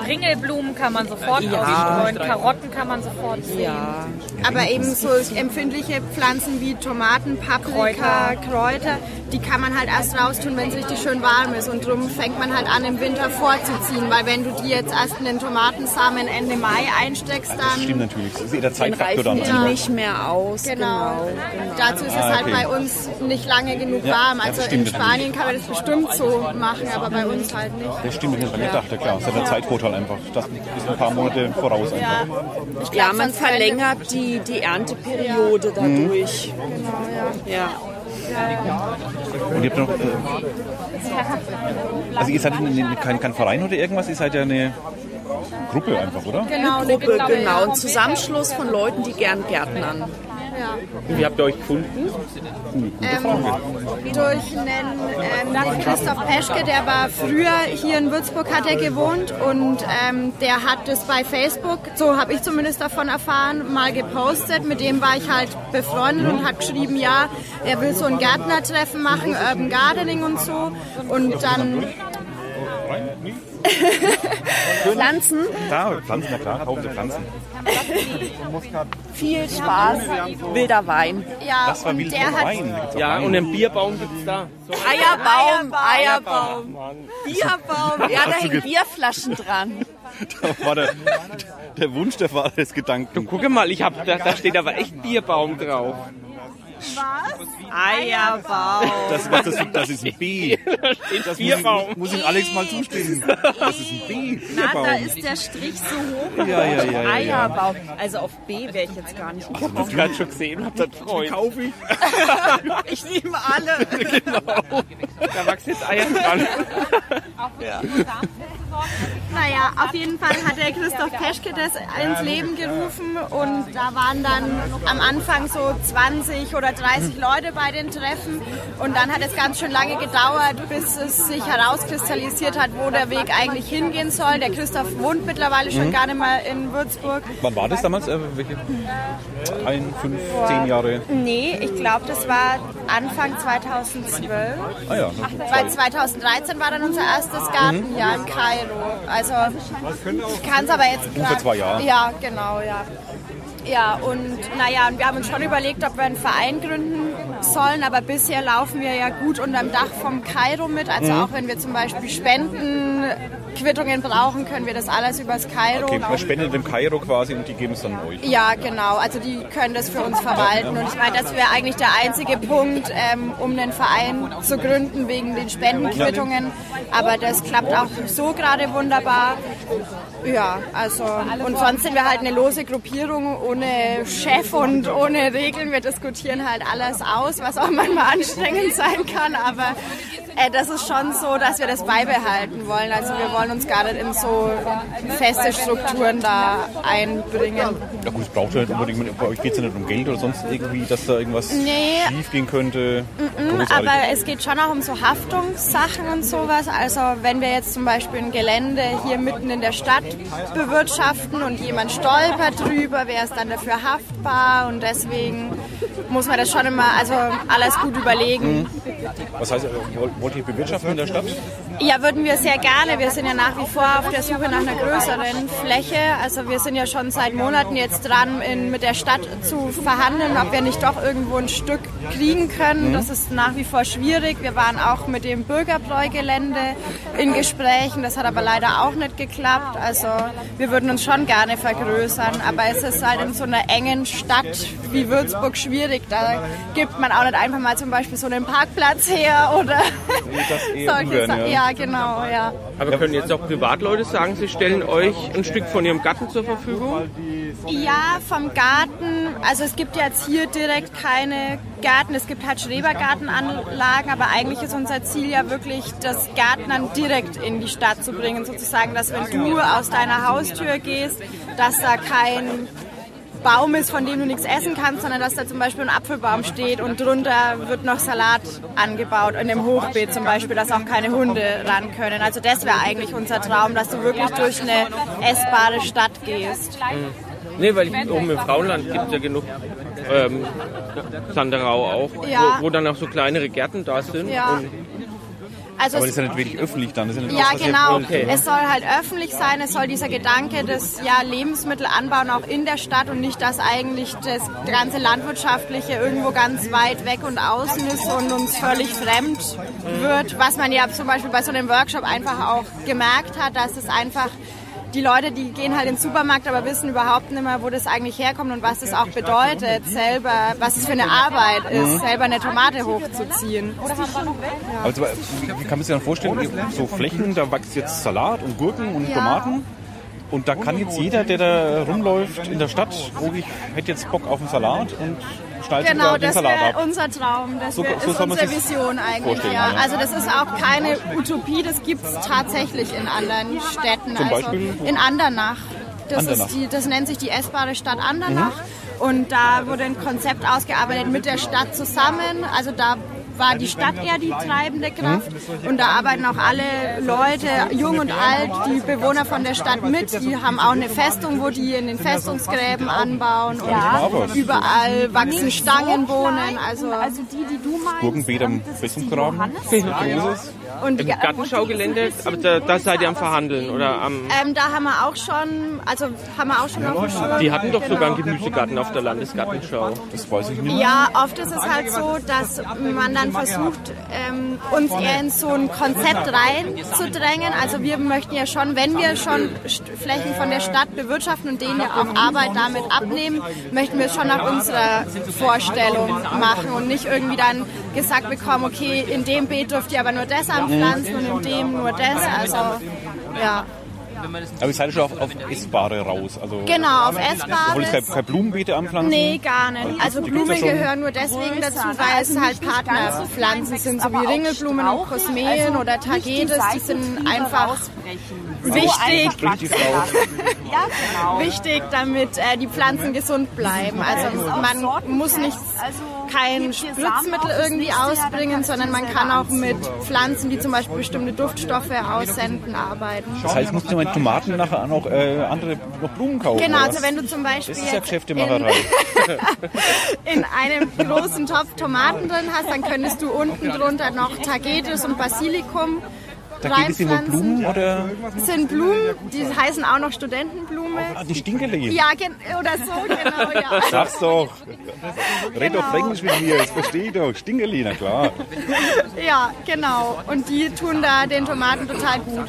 Ringelblumen kann man sofort ausstreuen, Karotten kann man sofort sehen. ja. Aber eben so empfindliche Pflanzen wie Tomaten, Paprika, Kräuter, die kann man halt erst raustun, wenn es richtig schön warm ist. Und darum fängt man halt an, im Winter vorzuziehen. Weil wenn du die jetzt erst in den Tomatensamen Ende Mai einsteckst, das stimmt dann... natürlich. Das ist eh der Dann Zeitfaktor reifen dann. die nicht mehr aus. Genau. Genau. Dazu ist es Ah, halt okay. bei uns nicht lange genug Ja, warm. ja, das Also in stimmt Spanien kann man das bestimmt so machen, aber bei uns halt nicht. Das stimmt, ich habe nicht gedacht, ja, klar. Das ist der Zeitvorteil einfach. Das ist ein paar Monate voraus einfach. Ja, man verlängert die, die Ernteperiode dadurch. Genau, ja. Und ihr habt noch. Äh, also ihr seid eine- kein, kein Verein oder irgendwas, ihr seid ja eine Gruppe einfach, oder? Genau, eine Gruppe, Gruppe, genau. Ein Zusammenschluss von Leuten, die gern Gärtnern. Ja. Wie habt ihr euch gefunden? Durch einen ähm, Christoph Peschke, der war früher hier in Würzburg, hat er gewohnt und ähm, der hat das bei Facebook, so habe ich zumindest davon erfahren, mal gepostet. Mit dem war ich halt befreundet und hat geschrieben, ja, er will so ein Gärtnertreffen machen, Urban Gardening und so. Und dann Pflanzen, Da, Pflanzen, na klar, kaufende Pflanzen. Viel Spaß, wilder Wein. ja, Das war und wild der hat Wein. Da gibt's auch Ja, Wein. und einen Bierbaum gibt's da. So, Eierbaum, Eierbaum, Mann. Bierbaum. Ja, da hängen Bierflaschen dran. Da war der, der Wunsch, der war alles Gedanken. Guck mal, ich hab, da, da steht aber echt Bierbaum drauf. Eierbaum. Das, was das, das ist ein B. Das Bierbaum. Muss ich, muss ich Alex mal zustimmen. Das ist ein B. Na, da Bierbaum. ist der Strich so hoch. Ja, ja, ja, ja, ja. Eierbaum. Also auf B wäre ich jetzt gar nicht. Ich hab grad schon gesehen, hab das freut. Kaufe ich. Ich nehme alle. Genau. Da wachsen jetzt Eier dran. Naja, auf jeden Fall hat der Christoph Peschke das ins Leben gerufen und da waren dann am Anfang so 20 oder 30 Leute bei den Treffen und dann hat es ganz schön lange gedauert, bis es sich herauskristallisiert hat, wo der Weg eigentlich hingehen soll. Der Christoph wohnt mittlerweile schon gar nicht mehr in Würzburg. Wann war das damals? Äh, welche? Ein, fünf, zehn Jahre. Nee, ich glaube, das war Anfang 2012. Ah ja. na gut. Weil 2013 war dann unser erstes Mhm. Gartenjahr in Kairo. Also ich kann es aber jetzt Ungefähr zwei Jahre. Ja, genau, ja. Ja, und naja, und wir haben uns schon überlegt, ob wir einen Verein gründen sollen, aber bisher laufen wir ja gut unterm Dach vom Kairo mit. Also Mhm. auch wenn wir zum Beispiel Spendenquittungen brauchen, können wir das alles übers Kairo. Okay, man spendet dem Kairo quasi und die geben es dann euch. Ja, genau. Also die können das für uns verwalten. Und ich meine, das wäre eigentlich der einzige Punkt, ähm, um einen Verein zu gründen wegen den Spendenquittungen. Aber das klappt auch so gerade wunderbar. Ja, also und sonst sind wir halt eine lose Gruppierung ohne Chef und ohne Regeln. Wir diskutieren halt alles aus, was auch manchmal anstrengend sein kann. Aber äh, das ist schon so, dass wir das beibehalten wollen. Also wir wollen uns gar nicht in so feste Strukturen da einbringen. Ja gut, es braucht ja nicht unbedingt, bei euch geht es ja nicht um Geld oder sonst irgendwie, dass da irgendwas Nee. schief gehen könnte. Großartig. Mhm, Aber es geht schon auch um so Haftungssachen und sowas. Also wenn wir jetzt zum Beispiel ein Gelände hier mitten in der Stadt bewirtschaften und jemand stolpert drüber, wer ist dann dafür haftbar und deswegen muss man das schon immer, also alles gut überlegen. Was heißt, äh, wollt- wollt ihr bewirtschaften in der Stadt? Ja, würden wir sehr gerne. Wir sind ja nach wie vor auf der Suche nach einer größeren Fläche. Also wir sind ja schon seit Monaten jetzt dran, in, mit der Stadt zu verhandeln, ob wir nicht doch irgendwo ein Stück kriegen können. Das ist nach wie vor schwierig. Wir waren auch mit dem Bürgerbräugelände in Gesprächen. Das hat aber leider auch nicht geklappt. Also wir würden uns schon gerne vergrößern. Aber es ist halt in so einer engen Stadt wie Würzburg schwierig. Da gibt man auch nicht einfach mal zum Beispiel so einen Parkplatz her oder Das eher solche ungern, Sachen. ja. Ja, genau, ja. Aber können jetzt auch Privatleute sagen, sie stellen euch ein Stück von ihrem Garten zur Verfügung? Ja, vom Garten. Also es gibt jetzt hier direkt keine Gärten. Es gibt halt Schrebergartenanlagen, aber eigentlich ist unser Ziel ja wirklich, das Gärtnern direkt in die Stadt zu bringen. Sozusagen, dass wenn du aus deiner Haustür gehst, dass da kein Baum ist, von dem du nichts essen kannst, sondern dass da zum Beispiel ein Apfelbaum steht und drunter wird noch Salat angebaut in dem Hochbeet zum Beispiel, dass auch keine Hunde ran können. Also das wäre eigentlich unser Traum, dass du wirklich durch eine essbare Stadt gehst. Nee, weil ich, oben im Frauenland gibt es ja genug. Ähm, Sanderau auch, Ja. wo, wo dann auch so kleinere Gärten da sind. Ja. Und Also Aber das ist es, ja nicht wirklich öffentlich dann. Das ist ja, nicht ja was, was ihr genau, wollt. Okay. es soll halt öffentlich sein, es soll dieser Gedanke des ja, Lebensmittel anbauen auch in der Stadt und nicht, dass eigentlich das ganze Landwirtschaftliche irgendwo ganz weit weg und außen ist und uns völlig fremd wird, was man ja zum Beispiel bei so einem Workshop einfach auch gemerkt hat, dass es einfach die Leute, die gehen halt in den Supermarkt, aber wissen überhaupt nicht mehr, wo das eigentlich herkommt und was das auch bedeutet, selber, was es für eine Arbeit ist, selber eine Tomate hochzuziehen. Also, äh, wie, wie kann man sich dann vorstellen? Ihr- So Flächen, da wächst jetzt Salat und Gurken und Ja. Tomaten. Und da kann jetzt jeder, der da rumläuft in der Stadt, oh, ich hätte jetzt Bock auf einen Salat und schneidet sich Genau, da den das Salat wäre ab. unser Traum. Das So- wär, so ist soll man unsere sich's Vision eigentlich. vorstellen, Ja. ja. Also das ist auch keine Utopie, das gibt es tatsächlich in anderen Städten. Zum also Beispiel? in Andernach. Das, Andernach. Mhm. ist die, das nennt sich die essbare Stadt Andernach. Und da wurde ein Konzept ausgearbeitet mit der Stadt zusammen. Also da war die Stadt eher die treibende Kraft. Mhm. Und da arbeiten auch alle Leute, jung und alt, die Bewohner von der Stadt mit. Die haben auch eine Festung, wo die in den Festungsgräben anbauen. Und Ja. überall wachsen Stangenbohnen. Also, Also die, die du meinst. Gurkenbeet am ähm, das ist die Festungsgraben. Johannes- Großes. und Im Äh, Gartenschaugelände, aber da, da seid ihr am Verhandeln oder am. Ähm, da haben wir auch schon, also haben wir auch schon auf dem Schirm. Die hatten doch sogar einen Gemüsegarten auf der Landesgartenschau. Das weiß ich nicht. Ja, oft ist es halt so, dass man dann versucht, ähm, uns eher in so ein Konzept reinzudrängen. Also wir möchten ja schon, wenn wir schon St- Flächen von der Stadt bewirtschaften und denen ja auch Arbeit damit abnehmen, möchten wir es schon nach unserer Vorstellung machen und nicht irgendwie dann gesagt bekommen, okay, in dem Beet dürft ihr aber nur das anpflanzen und in dem nur das. Also ja, Aber ich seid schon auf, auf Essbare raus. Also, genau, auf Ihr wollt Essbares. keine, keine Blumenbeete anpflanzen? Nee, gar nicht. Also Die gibt's Blumen ja schon. gehören nur deswegen dazu, Also weil es halt Partnerpflanzen sind, so wie Ringelblumen und also Kosmeen oder Tagetes, die sind einfach wichtig, Bringt die Frau. wichtig, damit äh, die Pflanzen gesund bleiben. Also genau. man muss nicht Also kein Spritzmittel irgendwie ausbringen, sondern man kann auch mit Pflanzen, die zum Beispiel bestimmte Duftstoffe aussenden, arbeiten. Das heißt, musst du meine Tomaten nachher auch noch äh, andere noch Blumen kaufen? Genau, oder also was? wenn du zum Beispiel Das ist ja jetzt Geschäftemacherei. in einem großen Topf Tomaten drin hast, dann könntest du unten drunter noch Tagetes und Basilikum Da geht es immer um reinpflanzen. Blumen oder Das sind Blumen, die heißen auch noch Studentenblume. ah, die Stinkele. Ja, gen- oder so, genau, ja. Sag's doch. Red doch Fränkisch mit mir, das verstehe ich doch. Stinkeli, na klar. Ja, genau. Und die tun da den Tomaten total gut.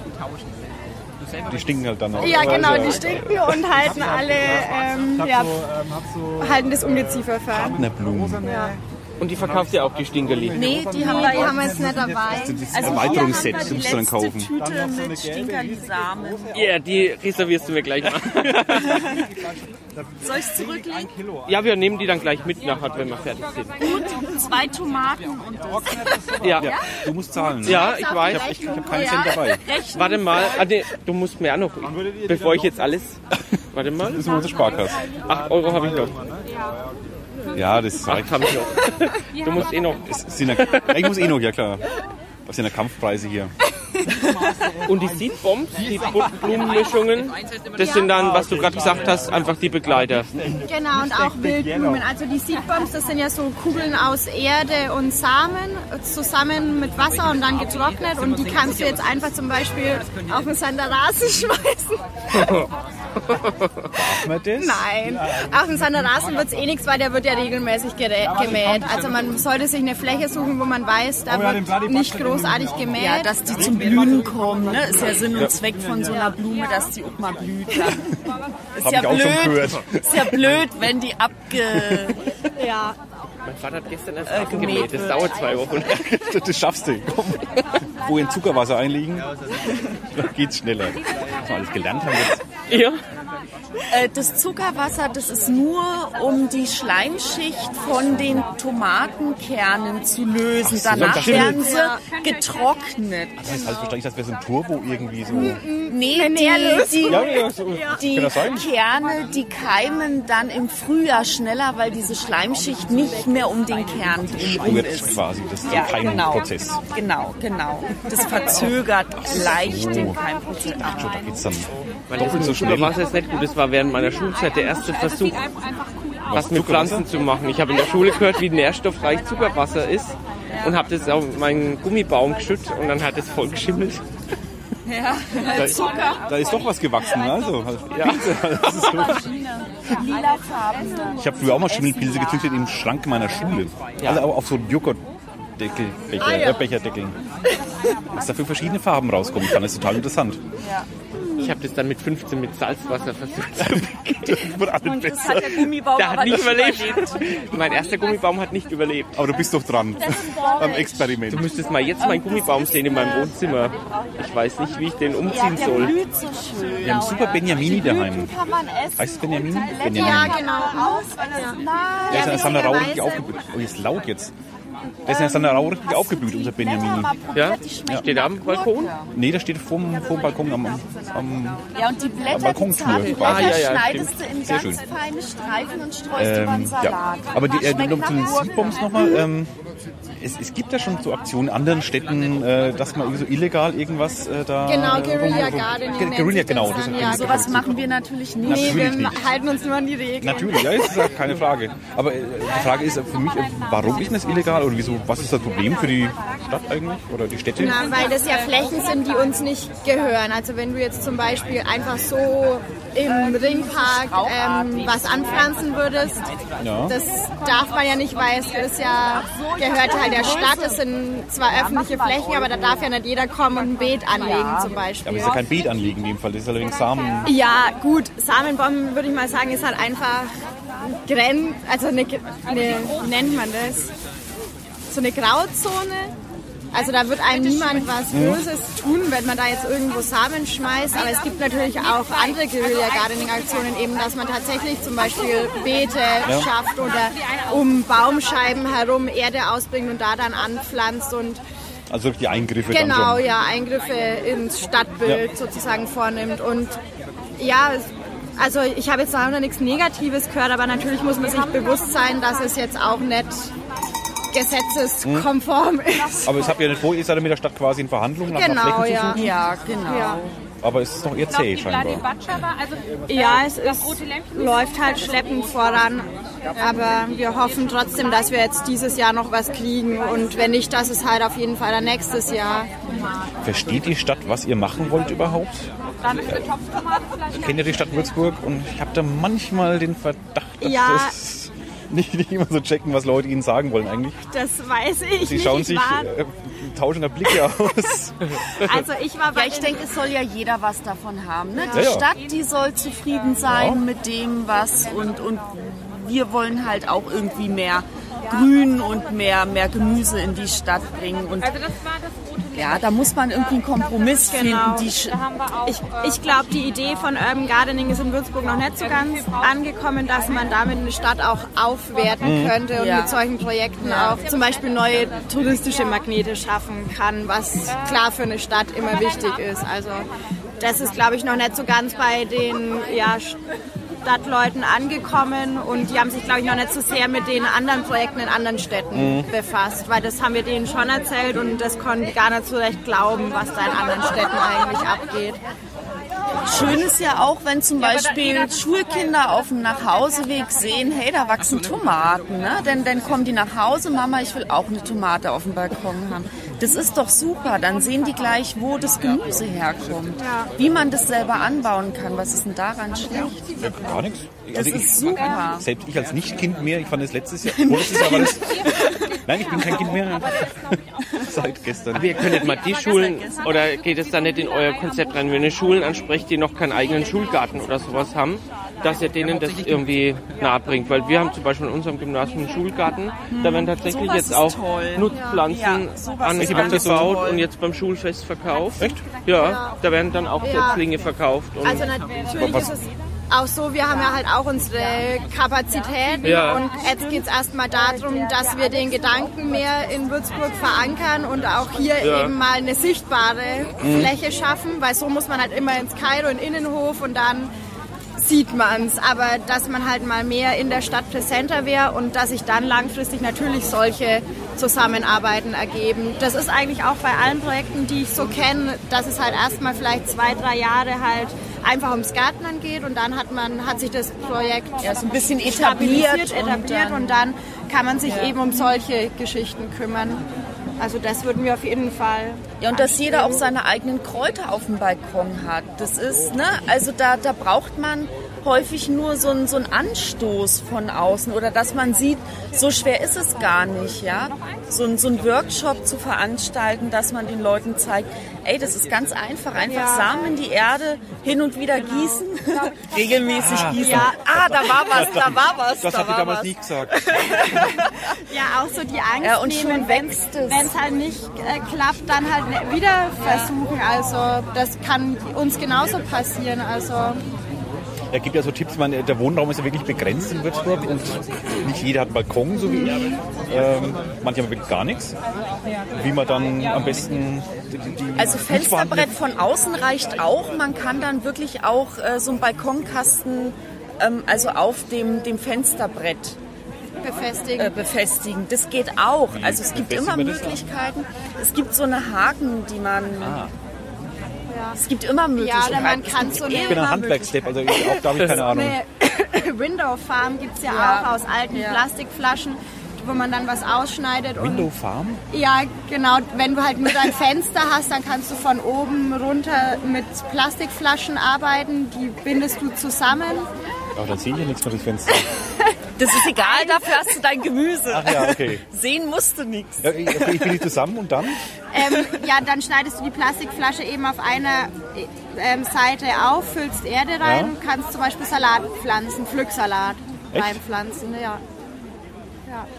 Die stinken halt dann auch. Ja, Aber genau, ist die stinken und halten alle, ähm, ja, halten das Ungeziefer fern. Eine Blume. Und die verkauft ihr auch, die Stinkerli. Nee, die haben wir, die haben wir jetzt nicht dabei. Also Erweiterungsset, die musst du dann kaufen. Tüte mit Stinkerli-Samen. Ja, die reservierst du mir gleich mal. Soll ich es zurücklegen? Ja, wir nehmen die dann gleich mit nachher, wenn wir fertig sind. Zwei Tomaten und das. Ja, Ja, du musst zahlen. ne? ja ich weiß. Ich habe keinen Cent dabei. Warte mal, ah, nee, du musst mehr noch. Bevor ich jetzt alles. Warte mal. Das ist unsere Sparkasse. 8 Euro habe ich noch. Ja, das ist halt- Acht habe ich noch. Du musst eh noch. sind ja, ja, ich muss eh noch, ja klar. Was sind ja Kampfpreise hier? Und die Seedbombs, die Blumenmischungen, das sind dann, was du gerade gesagt hast, einfach die Begleiter. Genau, und auch Wildblumen. Also die Seedbombs, das sind ja so Kugeln aus Erde und Samen, zusammen mit Wasser und dann getrocknet. Und die kannst du jetzt einfach zum Beispiel auf den Sandarasen schmeißen. Nein, auf dem Sanderasen wird es eh nichts, weil der wird ja regelmäßig gerä- gemäht. Also man sollte sich eine Fläche suchen, wo man weiß, da wird nicht großartig gemäht. Ja, dass die zum Blühen kommen, ne? ist ja Sinn und Zweck von so einer Blume, dass die auch mal blüht. Dann. Ist, Habe ja ich auch schon blöd, gehört. ist ja blöd, wenn die abge... ja. Mein Vater hat gestern Äh, erst aufgemäht. Das dauert zwei Wochen. Das, das schaffst du. Komm. Wo in Zuckerwasser einlegen, dann geht's schneller. Was wir alles gelernt haben jetzt. Ja. Äh, Das Zuckerwasser, das ist nur, um die Schleimschicht von den Tomatenkernen zu lösen. Danach das werden sie getrocknet. Das heißt, habe ich verstanden, das wäre so ein Turbo irgendwie so. Nee, die, die, Ja, ja, so. die Kann das sein? Kerne, die keimen dann im Frühjahr schneller, weil diese Schleimschicht nicht mehr um den Kern drum Jetzt ist. quasi, das ist Ja, kein genau. Prozess. Genau, genau. Das verzögert leicht Oh. den Keimprozess. Da geht's dann Weil das mit so schnell. Zuckerwasser ist nicht gut. Das war während meiner Schulzeit der erste Versuch, was mit Zuckerwasser? Pflanzen zu machen. Ich habe in der Schule gehört, wie nährstoffreich Zuckerwasser ist und habe das auf meinen Gummibaum geschüttet und dann hat es voll geschimmelt. Da, da ist doch was gewachsen, also. Ja. Das ist so. Ich habe früher auch mal Schimmelpilze gezüchtet im Schrank meiner Schule. Also auch auf so Joghurtdeckel, Becher, äh, Becherdeckeln. Dass dafür verschiedene Farben rauskommen, ich fand das total interessant. Ich habe das dann mit 15 mit Salzwasser versucht. Das wird alles Das besser. hat der Gummibaum Der aber hat nicht nicht überlebt. Mein erster Gummibaum hat nicht überlebt. Aber du bist doch dran am Du Experiment. müsstest mal jetzt meinen Gummibaum sehen in meinem Wohnzimmer. Ich weiß nicht, wie ich den umziehen soll. blüht so schön. Wir haben super Benjamini daheim. Kann man essen. Heißt es Benjamin? und dann lädt Benjamin. man Ja, genau. Aus, weil das, nein. Da ist eine Sammlerei, die witzigerweise- aufgebildet. Oh, hier ist laut jetzt. Der ist ja dann auch richtig aufgeblüht, unser Benjamin. Ja? Steht da am Balkon? Nee, der steht vorm, vorm Balkon am, am Ja, und die Blätter, die Balkontür. zarten Blätter Ah, ja, ja, schneidest du stimmt. in Sehr ganz schön. feine Streifen und streust über Ähm, den ja. Salat. Aber die, äh, Schmeckt nur zu den nach Gurke. Seedbombs nochmal. Ähm, es, es gibt ja schon so Aktionen in anderen Städten, äh, dass man irgendwie so illegal irgendwas äh, da. Genau, äh, Guerilla rum- Gardening Ge- nennt Guerilla, sich das genau. dann, Das ja, Guerilla sowas Was Gardening. machen wir natürlich nicht. Nee, wir Natürlich nicht. halten uns nur an die Regeln. Natürlich, ja, ist ja keine Frage. Aber äh, die Frage ist äh, für mich, äh, warum ist das illegal oder wieso? Was ist das Problem für die Stadt eigentlich oder die Städte? Na, weil das ja Flächen sind, die uns nicht gehören. Also wenn du jetzt zum Beispiel einfach so im Ringpark ähm, was anpflanzen würdest, Ja. das darf man ja nicht, weil es ist ja gehört halt der Stadt. Es sind zwar öffentliche Flächen, aber da darf ja nicht jeder kommen und ein Beet anlegen zum Ja, aber Beispiel. es ist ja kein Beet anlegen in dem Fall, das ist allerdings Samen. Ja, gut, Samenbomben würde ich mal sagen, ist halt einfach Gren, also eine, Gr- eine wie nennt man das? So eine Grauzone. Also da wird einem niemand was Böses tun, wenn man da jetzt irgendwo Samen schmeißt. Aber es gibt natürlich auch andere Guerilla Gardening Aktionen, eben, dass man tatsächlich zum Beispiel Beete schafft oder um Baumscheiben herum Erde ausbringt und da dann anpflanzt und Also die Eingriffe dann Genau, schon. ja, Eingriffe ins Stadtbild sozusagen vornimmt. Und ja, es- also ich habe jetzt da noch nichts Negatives gehört, aber natürlich muss man sich bewusst sein, dass es jetzt auch nicht Hm? gesetzeskonform ist. Aber es habt ihr nicht vor, ihr seid ja mit der Stadt quasi in Verhandlungen nach einer Genau, Fläche zu ja. suchen. Ja, genau. Ja. Aber es ist noch eher zäh scheinbar. war, also ja, es ist, läuft halt schleppend voran. Aber wir hoffen trotzdem, dass wir jetzt dieses Jahr noch was kriegen. Und wenn nicht, dass es halt auf jeden Fall dann nächstes Jahr. Versteht die Stadt, was ihr machen wollt überhaupt? Ich kenne ja die Stadt Würzburg und ich habe da manchmal den Verdacht, dass Ja. das nicht, nicht immer so checken, was Leute ihnen sagen wollen eigentlich. Das weiß ich. Sie nicht. schauen ich sich war, äh, tauschender Blicke aus. also ich war bei Ja, ich den- denke, es soll ja jeder was davon haben. Ne? Ja, Die ja. Stadt, die soll zufrieden sein mit dem, was und, und wir wollen halt auch irgendwie mehr Grün und mehr, mehr Gemüse in die Stadt bringen. Und Also das war das rote ja, da muss man irgendwie einen Kompromiss Genau. finden. Die Sch- Da haben wir auch. Ich, ich glaube, die Idee von Urban Gardening ist in Würzburg noch nicht so ganz angekommen, dass man damit eine Stadt auch aufwerten könnte und Ja. mit solchen Projekten auch zum Beispiel neue touristische Magnete schaffen kann, was klar für eine Stadt immer wichtig ist. Also das ist, glaube ich, noch nicht so ganz bei den ja, Stadtleuten angekommen und die haben sich, glaube ich, noch nicht so sehr mit den anderen Projekten in anderen Städten befasst, weil das haben wir denen schon erzählt und das konnten die gar nicht so recht glauben, was da in anderen Städten eigentlich abgeht. Schön ist ja auch, wenn zum Beispiel Schulkinder auf dem Nachhauseweg sehen, hey, da wachsen Tomaten. Ne? Denn dann kommen die nach Hause, Mama, ich will auch eine Tomate auf dem Balkon haben. Das ist doch super, dann sehen die gleich, wo das Gemüse herkommt. Wie man das selber anbauen kann, was ist denn daran schlecht? Ja, Gar nichts. Das Also ich, ist super. selbst ich als Nicht-Kind mehr, ich fand es letztes Jahr. Oh, letztes Jahr war das, nein, ich bin kein Kind mehr. Seit gestern. Wir können nicht mal die Schulen, oder geht es da nicht in euer Konzept rein, wenn ihr Schulen ansprecht, die noch keinen eigenen Schulgarten oder sowas haben, dass ihr denen das irgendwie nahe bringt? Weil wir haben zum Beispiel in unserem Gymnasium einen Schulgarten, da werden tatsächlich Sowas jetzt ist auch toll. Nutzpflanzen Ja, sowas an, ist ganz angebaut toll. und jetzt beim Schulfest verkauft. Echt? Ja, da werden dann auch Setzlinge verkauft. Und Also natürlich ist es auch so, wir haben ja halt auch unsere Kapazitäten Ja. und jetzt geht es erstmal darum, dass wir den Gedanken mehr in Würzburg verankern und auch hier Ja. Mhm. eben mal eine sichtbare Fläche schaffen, weil so muss man halt immer ins Kairo, in den Innenhof und dann sieht man es, aber dass man halt mal mehr in der Stadt präsenter wäre und dass sich dann langfristig natürlich solche Zusammenarbeiten ergeben. Das ist eigentlich auch bei allen Projekten, die ich so kenne, dass es halt erstmal vielleicht zwei, drei Jahre halt einfach ums Gärtnern geht und dann hat man, hat sich das Projekt Ja, so ein bisschen stabilisiert, etabliert. Und ähm, etabliert dann, und dann kann man sich eben um solche Geschichten kümmern. Also das würden wir auf jeden Fall. ja, und dass jeder auch seine eigenen Kräuter auf dem Balkon hat. Das ist, ne, also da, da braucht man häufig nur so einen so einen Anstoß von außen oder dass man sieht, so schwer ist es gar nicht, ja. So, ein- so ein Workshop zu veranstalten, dass man den Leuten zeigt, ey, das ist ganz einfach, einfach Samen in die Erde, hin und wieder gießen, regelmäßig gießen. Ja. Genau. Ah, da war was, da war was, Das da hat ich war damals was. nicht gesagt. Ja, auch so die Angst Ja, und nehmen, schon wenn wächst es. es halt nicht äh, klappt, dann halt ne- wieder versuchen. Also das kann uns genauso passieren. Also Er gibt ja so Tipps, man, der Wohnraum ist ja wirklich begrenzt in Würzburg und nicht jeder hat einen Balkon, so wie ich. Ähm, manche haben wirklich gar nichts. Wie man dann am besten die, die Also Fensterbrett von außen reicht auch. Man kann dann wirklich auch äh, so einen Balkonkasten, ähm, also auf dem, dem Fensterbrett befestigen. äh, befestigen. Das geht auch. Also es gibt befestigt immer man das dann? Möglichkeiten. Es gibt so eine Haken, die man. Es gibt immer Ja, Möglichkeiten. oder man Es kann gibt so Ich bin ein Handwerkstep, Genau, also ich, auch da habe ich keine Ahnung. eine Window Farm gibt es ja, Ja. auch aus alten Plastikflaschen, wo man dann was ausschneidet. Window Farm? Und, ja, genau. Wenn du halt nur dein Fenster hast, dann kannst du von oben runter mit Plastikflaschen arbeiten. Die bindest du zusammen. Oh, da sehe ich ja nichts mehr durchs Fenster. Das ist egal, dafür hast du dein Gemüse. Ach ja, okay. Sehen musst du nichts. Ja, ich- okay ich bin die zusammen und dann? Ähm, ja, dann schneidest du die Plastikflasche eben auf einer äh, ähm, Seite auf, füllst Erde rein, kannst zum Beispiel Salat pflanzen, Pflücksalat Echt? reinpflanzen. Ja.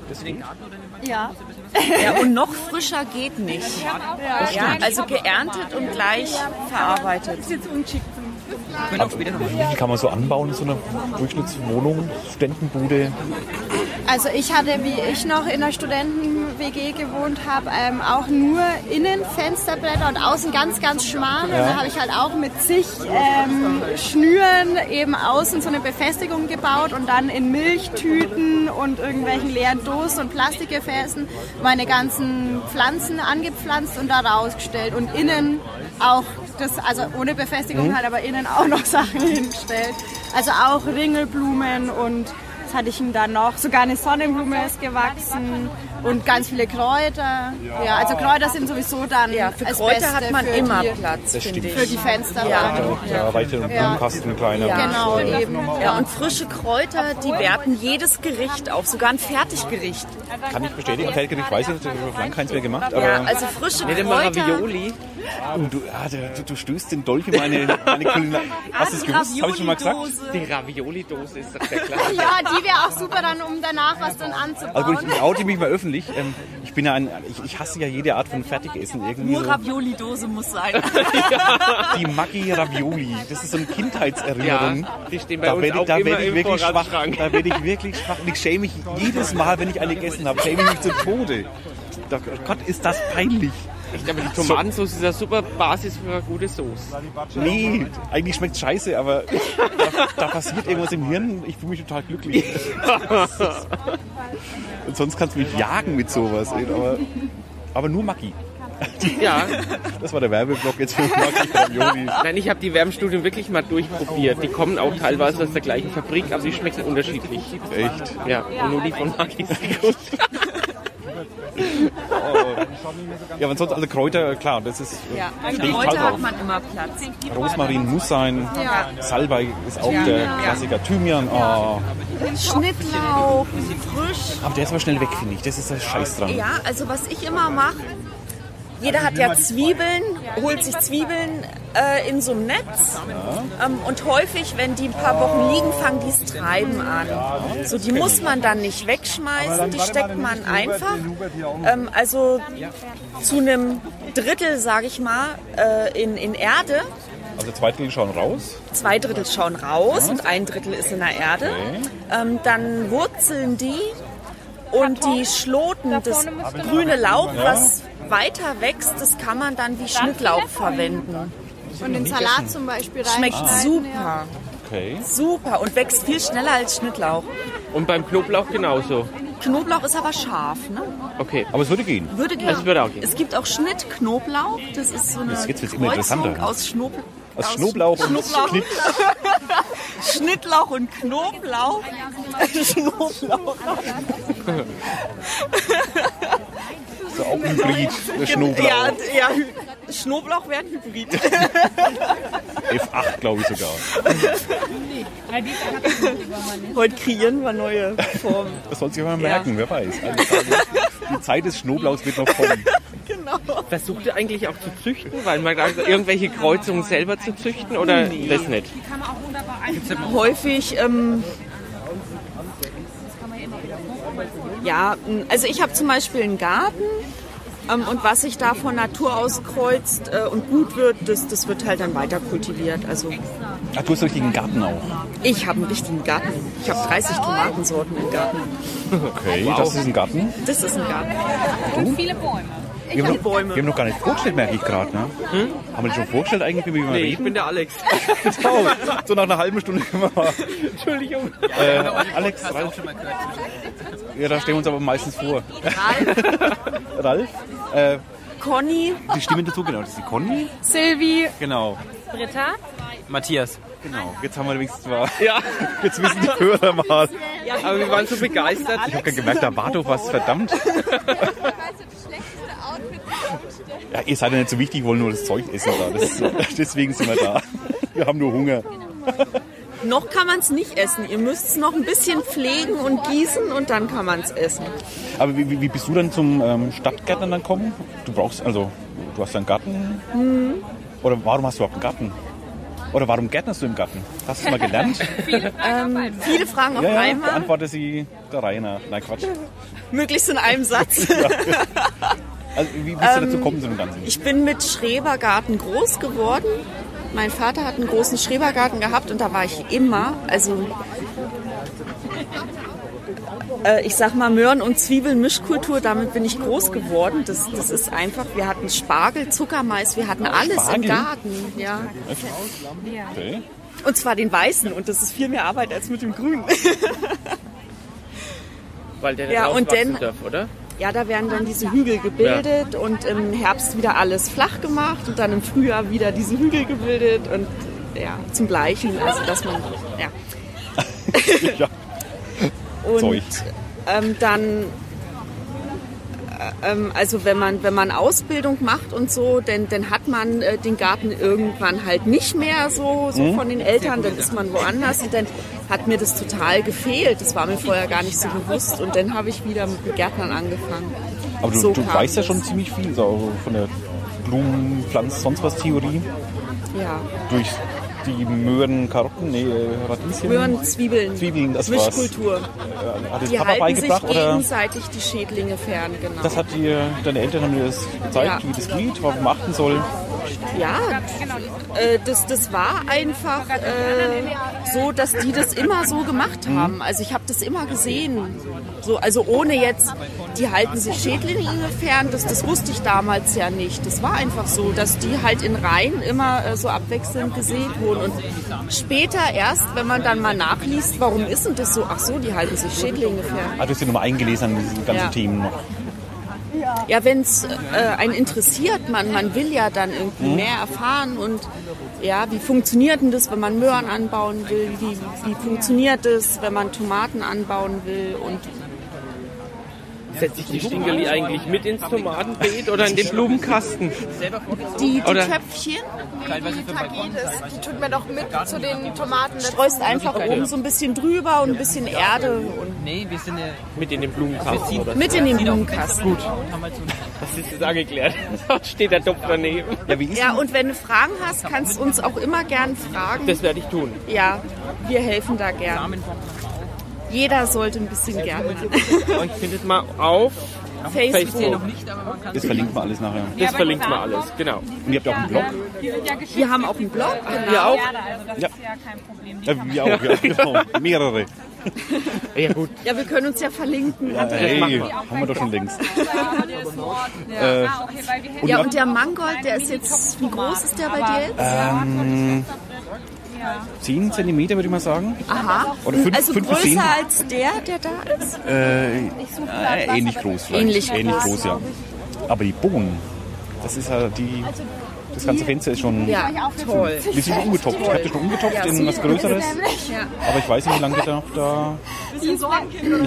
Deswegen. ja. Ja, und noch frischer geht nicht. Ja, also geerntet und gleich verarbeitet. Können auch später nochmal. Wie kann man so anbauen in so einer Durchschnittswohnung, Ständenbude? Also ich hatte, wie ich noch in der Studenten-WG gewohnt habe, ähm, auch nur Innenfensterblätter und außen ganz, ganz schmal. Und da habe ich halt auch mit zig ähm, Schnüren eben außen so eine Befestigung gebaut und dann in Milchtüten und irgendwelchen leeren Dosen und Plastikgefäßen meine ganzen Pflanzen angepflanzt und da rausgestellt. Und innen auch das, also ohne Befestigung halt, aber innen auch noch Sachen hingestellt. Also auch Ringelblumen und was hatte ich ihm dann noch? Sogar eine Sonnenblume ist gewachsen und ganz viele Kräuter. Ja, also Kräuter sind sowieso dann Ja, für als Kräuter Beste hat man für immer die, Platz, finde Für ich. die Fenster. Ja. Ja, weiter im Blumenkasten, kleiner. Genau, eben. Ja, und frische Kräuter, die werten jedes Gericht auf, sogar ein Fertiggericht. Kann ich bestätigen, Feldgericht weiß ich nicht, ich habe lange keins mehr gemacht, aber Ja, also frische Nicht immer Kräuter. Ravioli. Oh, du, ah, du, du, du stößt den Dolch in meine, meine Kulinarik. Hast du es die gewusst? Habe ich schon mal gesagt? Ravioli-Dose. Die Ravioli-Dose ist doch der Klassiker. Ja, die wäre auch super dann, um danach was dann anzubauen. Also gut, ich, ich oute mich mal öffentlich. Ähm, ich bin ja ein, ich, ich hasse ja jede Art von Fertigessen irgendwie. Nur So. Ravioli-Dose muss sein. Die Maggi Ravioli, das ist so eine Kindheitserinnerung. Ja, die stehen bei Da uns werde ich, auch da immer werd ich im wirklich schwach. Vorratsschrank. Da werde ich wirklich schwach. Und ich schäme mich jedes Mal, wenn ich eine gegessen habe. Schäme ich mich zu Tode. Da, Gott, ist das peinlich. Ich glaube, die Tomatensauce ist eine super Basis für eine gute Soße. Nee, eigentlich schmeckt scheiße, aber da, da passiert irgendwas im Hirn. Ich fühle mich total glücklich. Und sonst kannst du mich jagen mit sowas. ey, Aber, aber nur Maggi. Ja, Das war der Werbeblock jetzt für Maggi Ravioli. nein, ich habe die Wärmstudien wirklich mal durchprobiert. Die kommen auch teilweise aus der gleichen Fabrik, aber die schmecken unterschiedlich. Echt. Ja, und nur die von Maggi sind gut. Ja, aber sonst alle Kräuter, klar, das ist äh, Ja, stehe für ich Kräuter total hat drauf. man immer Platz. Rosmarin muss sein, Salbei ist auch der Klassiker, Thymian, oh. Schnittlauch, frisch. aber der ist aber schnell weg, finde ich, das ist der Scheiß dran. Ja, also was ich immer mache, jeder hat ja Zwiebeln, holt sich Zwiebeln äh, in so einem Netz. Ähm, und häufig, wenn die ein paar Wochen liegen, fangen die das Treiben an. So, die muss man dann nicht wegschmeißen, die steckt man einfach. Ähm, also zu einem Drittel, sage ich mal, äh, in, in Erde. Also zwei Drittel schauen raus, Zwei Drittel schauen raus und ein Drittel ist in der Erde. Ähm, dann wurzeln die und die Schloten, das grüne Lauch, was weiter wächst, das kann man dann wie Schnittlauch verwenden. Und den Salat zum Beispiel rein. Schmeckt super, okay, super und wächst viel schneller als Schnittlauch. Und beim Knoblauch genauso. Knoblauch ist aber scharf, ne? Okay. aber es würde gehen. Würde gehen. Das würde auch gehen. Es gibt auch Schnittknoblauch, das ist so eine Jetzt wird's immer Kreuzung interessanter. aus Schnoblauch. Aus Schnoblauch und Schnoblauch. Schnitt. Schnittlauch und Knoblauch. Schnoblauch. So auch ein Hybrid, der Schnoblauch, Ja, Genau. ja, Hy- Schnoblauch wäre ein Hybrid. F8 glaube ich sogar. Heute kreieren wir neue Formen. Das soll sich aber merken, wer weiß. Eines Tages- Die Zeit des Schnoblauchs wird noch kommen. Versucht ihr eigentlich auch zu züchten, weil man also irgendwelche Kreuzungen selber zu züchten oder das nicht? Häufig, ähm, ja, m, also ich habe zum Beispiel einen Garten und was sich da von Natur aus kreuzt äh, und gut wird, das, das wird halt dann weiter kultiviert. Also, Ach, du hast einen richtigen Garten auch. Ich habe einen richtigen Garten. Ich habe 30 Tomatensorten im Garten. Okay, das ist ein Garten. Das ist ein Garten. Und viele Bäume. Wir haben, noch, wir haben noch gar nicht vorgestellt, merke ich gerade. Ne? Hm? Haben wir dich schon vorgestellt eigentlich, wie wir mal Nee, ich reden? bin der Alex. Oh, so nach einer halben Stunde können wir mal. Entschuldigung. Äh, Alex, Hast du auch Ralf, schon mal gehört? ja, da stellen wir uns aber meistens vor. Ralf, äh, Conny, die Stimme dazu, genau, das ist die Conny. Silvi, Genau, Britta, Matthias. genau. Jetzt haben wir wenigstens mal, Ja, jetzt wissen die Hörer mal. aber wir waren so begeistert. Ich habe gerade gemerkt, da war doch was, verdammt. Ja, ihr seid ja nicht so wichtig, wollen nur das Zeug essen. Da. Das, deswegen sind wir da. Wir haben nur Hunger. Genau. noch kann man es nicht essen. Ihr müsst es noch ein bisschen pflegen und gießen und dann kann man es essen. Aber wie, wie- wie bist du dann zum ähm, Stadtgärtner dann gekommen? Du brauchst, also, du hast einen Garten. Mhm. Oder warum hast du überhaupt einen Garten? Oder warum gärtnerst du im Garten? Hast du es mal gelernt? Viele Fragen auf ja, ja, einmal, beantworte sie der Reihe nach. Nein, Quatsch. möglichst in einem Satz. Also, wie bist du dazu gekommen zu dem Ganzen? Ähm, Ich bin mit Schrebergarten groß geworden. Mein Vater hat einen großen Schrebergarten gehabt und da war ich immer. Also äh, ich sag mal Möhren- und Zwiebeln-Mischkultur, damit bin ich groß geworden. Das, das ist einfach, wir hatten Spargel, Zuckermais, wir hatten alles Spargel? im Garten. Ja. Okay. Und zwar den weißen und das ist viel mehr Arbeit als mit dem grünen. Weil der nicht Ja, und rauswachsen dann- darf, oder? Ja, da werden dann diese Hügel gebildet und im Herbst wieder alles flach gemacht und dann im Frühjahr wieder diese Hügel gebildet und ja, zum Bleichen, also dass man, ja. Ja. Und Zeug. ähm, dann, äh, ähm, also wenn man, wenn man Ausbildung macht und so, denn, dann hat man äh, den Garten irgendwann halt nicht mehr so, so Mhm. von den Eltern, dann ist man woanders und dann hat mir das total gefehlt. Das war mir vorher gar nicht so bewusst und dann habe ich wieder mit dem Gärtnern angefangen. Aber du, So du kam weißt ja das. schon ziemlich viel so von der Blumen, Pflanzen, sonst was Theorie. Ja. Durch die Möhren, Karotten, nee, äh, Radieschen. Möhren, Zwiebeln, Zwiebeln, das war's. Mischkultur. Äh, Hat dir Die Papa halten sich beigebracht oder? gegenseitig die Schädlinge fern, genau. Das hat dir, deine Eltern haben dir das gezeigt, Ja. wie das geht, worauf man achten soll. ja, äh, das, das war einfach äh, so, dass die das immer so gemacht haben. Also ich habe das immer gesehen. So, also ohne jetzt, die halten sich Schädlinge fern, das, das wusste ich damals ja nicht. Das war einfach so, dass die halt in Reihen immer äh, so abwechselnd gesät wurden. Und später erst, wenn man dann mal nachliest, warum ist denn das so? Ach so, die halten sich Schädlinge fern. Ah, du hast dir nochmal eingelesen an diese ganzen Ja. Themen noch. Ja, wenn es äh, einen interessiert, man, man will ja dann irgendwie Mhm. mehr erfahren und ja, wie funktioniert denn das, wenn man Möhren anbauen will? Wie, wie funktioniert das, wenn man Tomaten anbauen will? Und Setzt sich die Stingerli eigentlich mit ins Tomatenbeet oder in den Blumenkasten? die, die Oder- Töpfchen Teilweise für Balkon. Die tut man doch mit zu den Tomaten. streust einfach oben so ein bisschen drüber und ein bisschen Erde und Nee, wir sind äh, eine Mit in den Blumenkasten, oder? mit in den Blumenkasten. Das ist jetzt angeklärt. Da steht der Topf daneben. Ja, wie ist Ja, und wenn du Fragen hast, kannst du uns auch immer gern fragen. Das werde ich tun. Ja, wir helfen da gern. Jeder sollte ein bisschen gerne. Euch findet mal auf. Facebook. Das verlinkt man alles nachher. Das verlinkt mal alles, genau. Und ihr habt ja auch einen Blog. Wir haben auch einen Blog. Ihr auch? Ja, Äh, wir auch, ja, genau. Mehrere. Ja gut, Ja, wir können uns ja verlinken. Hey, haben wir doch schon längst. Äh, ah, und äh, Ja, ihr und der Mangold, der ist jetzt, wie groß ist der bei dir jetzt? habt 10 cm würde ich mal sagen. Aha. Oder 5 Also bis 10. größer als der, der da ist? Äh, äh, ähnlich groß vielleicht. Ähnlich ähnlich groß, groß, ja. Aber die Bohnen, das ist halt die. Das ganze Fenster ist schon Also Ja, toll. ein bisschen umgetopft. Ich hatte schon umgetopft in was Größeres. Aber ich weiß nicht, wie lange das noch da. Ich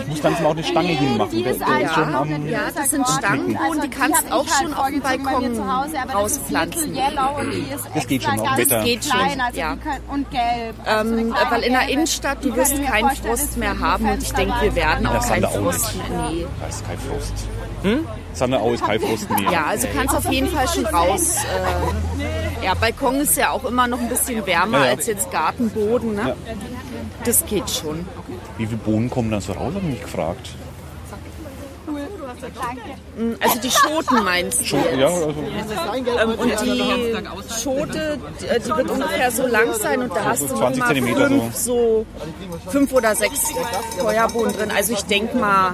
muss langsam auch eine Stange hinmachen. Der, der ist schon am. Ja, das sind Also Stangenbohnen, die kannst du auch halt schon auf dem Balkon rauspflanzen. Das geht schon auch Wetter. Geht schon, Also ja. Und gelb. Ähm, äh, weil in der Innenstadt, du wirst keinen Frost mehr haben und ich denke, wir werden auch Das haben keinen wir auch Frost nicht. mehr. Nee. Da ist kein Frost. Sanderau ist kein Frost mehr. Hm? Ja, also kannst auf jeden Fall schon raus. Äh, ja, Balkon ist ja auch immer noch ein bisschen wärmer Ja, ja. als jetzt Gartenboden. Ne? Das geht schon. Wie viele Bohnen kommen da so raus, habe ich mich gefragt. Also die Schoten meinst du? Schoten, jetzt? ja, also, Ähm, und die Schote, die, äh, die wird ungefähr so lang sein und da hast du 20 mal Also Zentimeter fünf, so fünf oder sechs Feuerbohnen drin. Also ich denke mal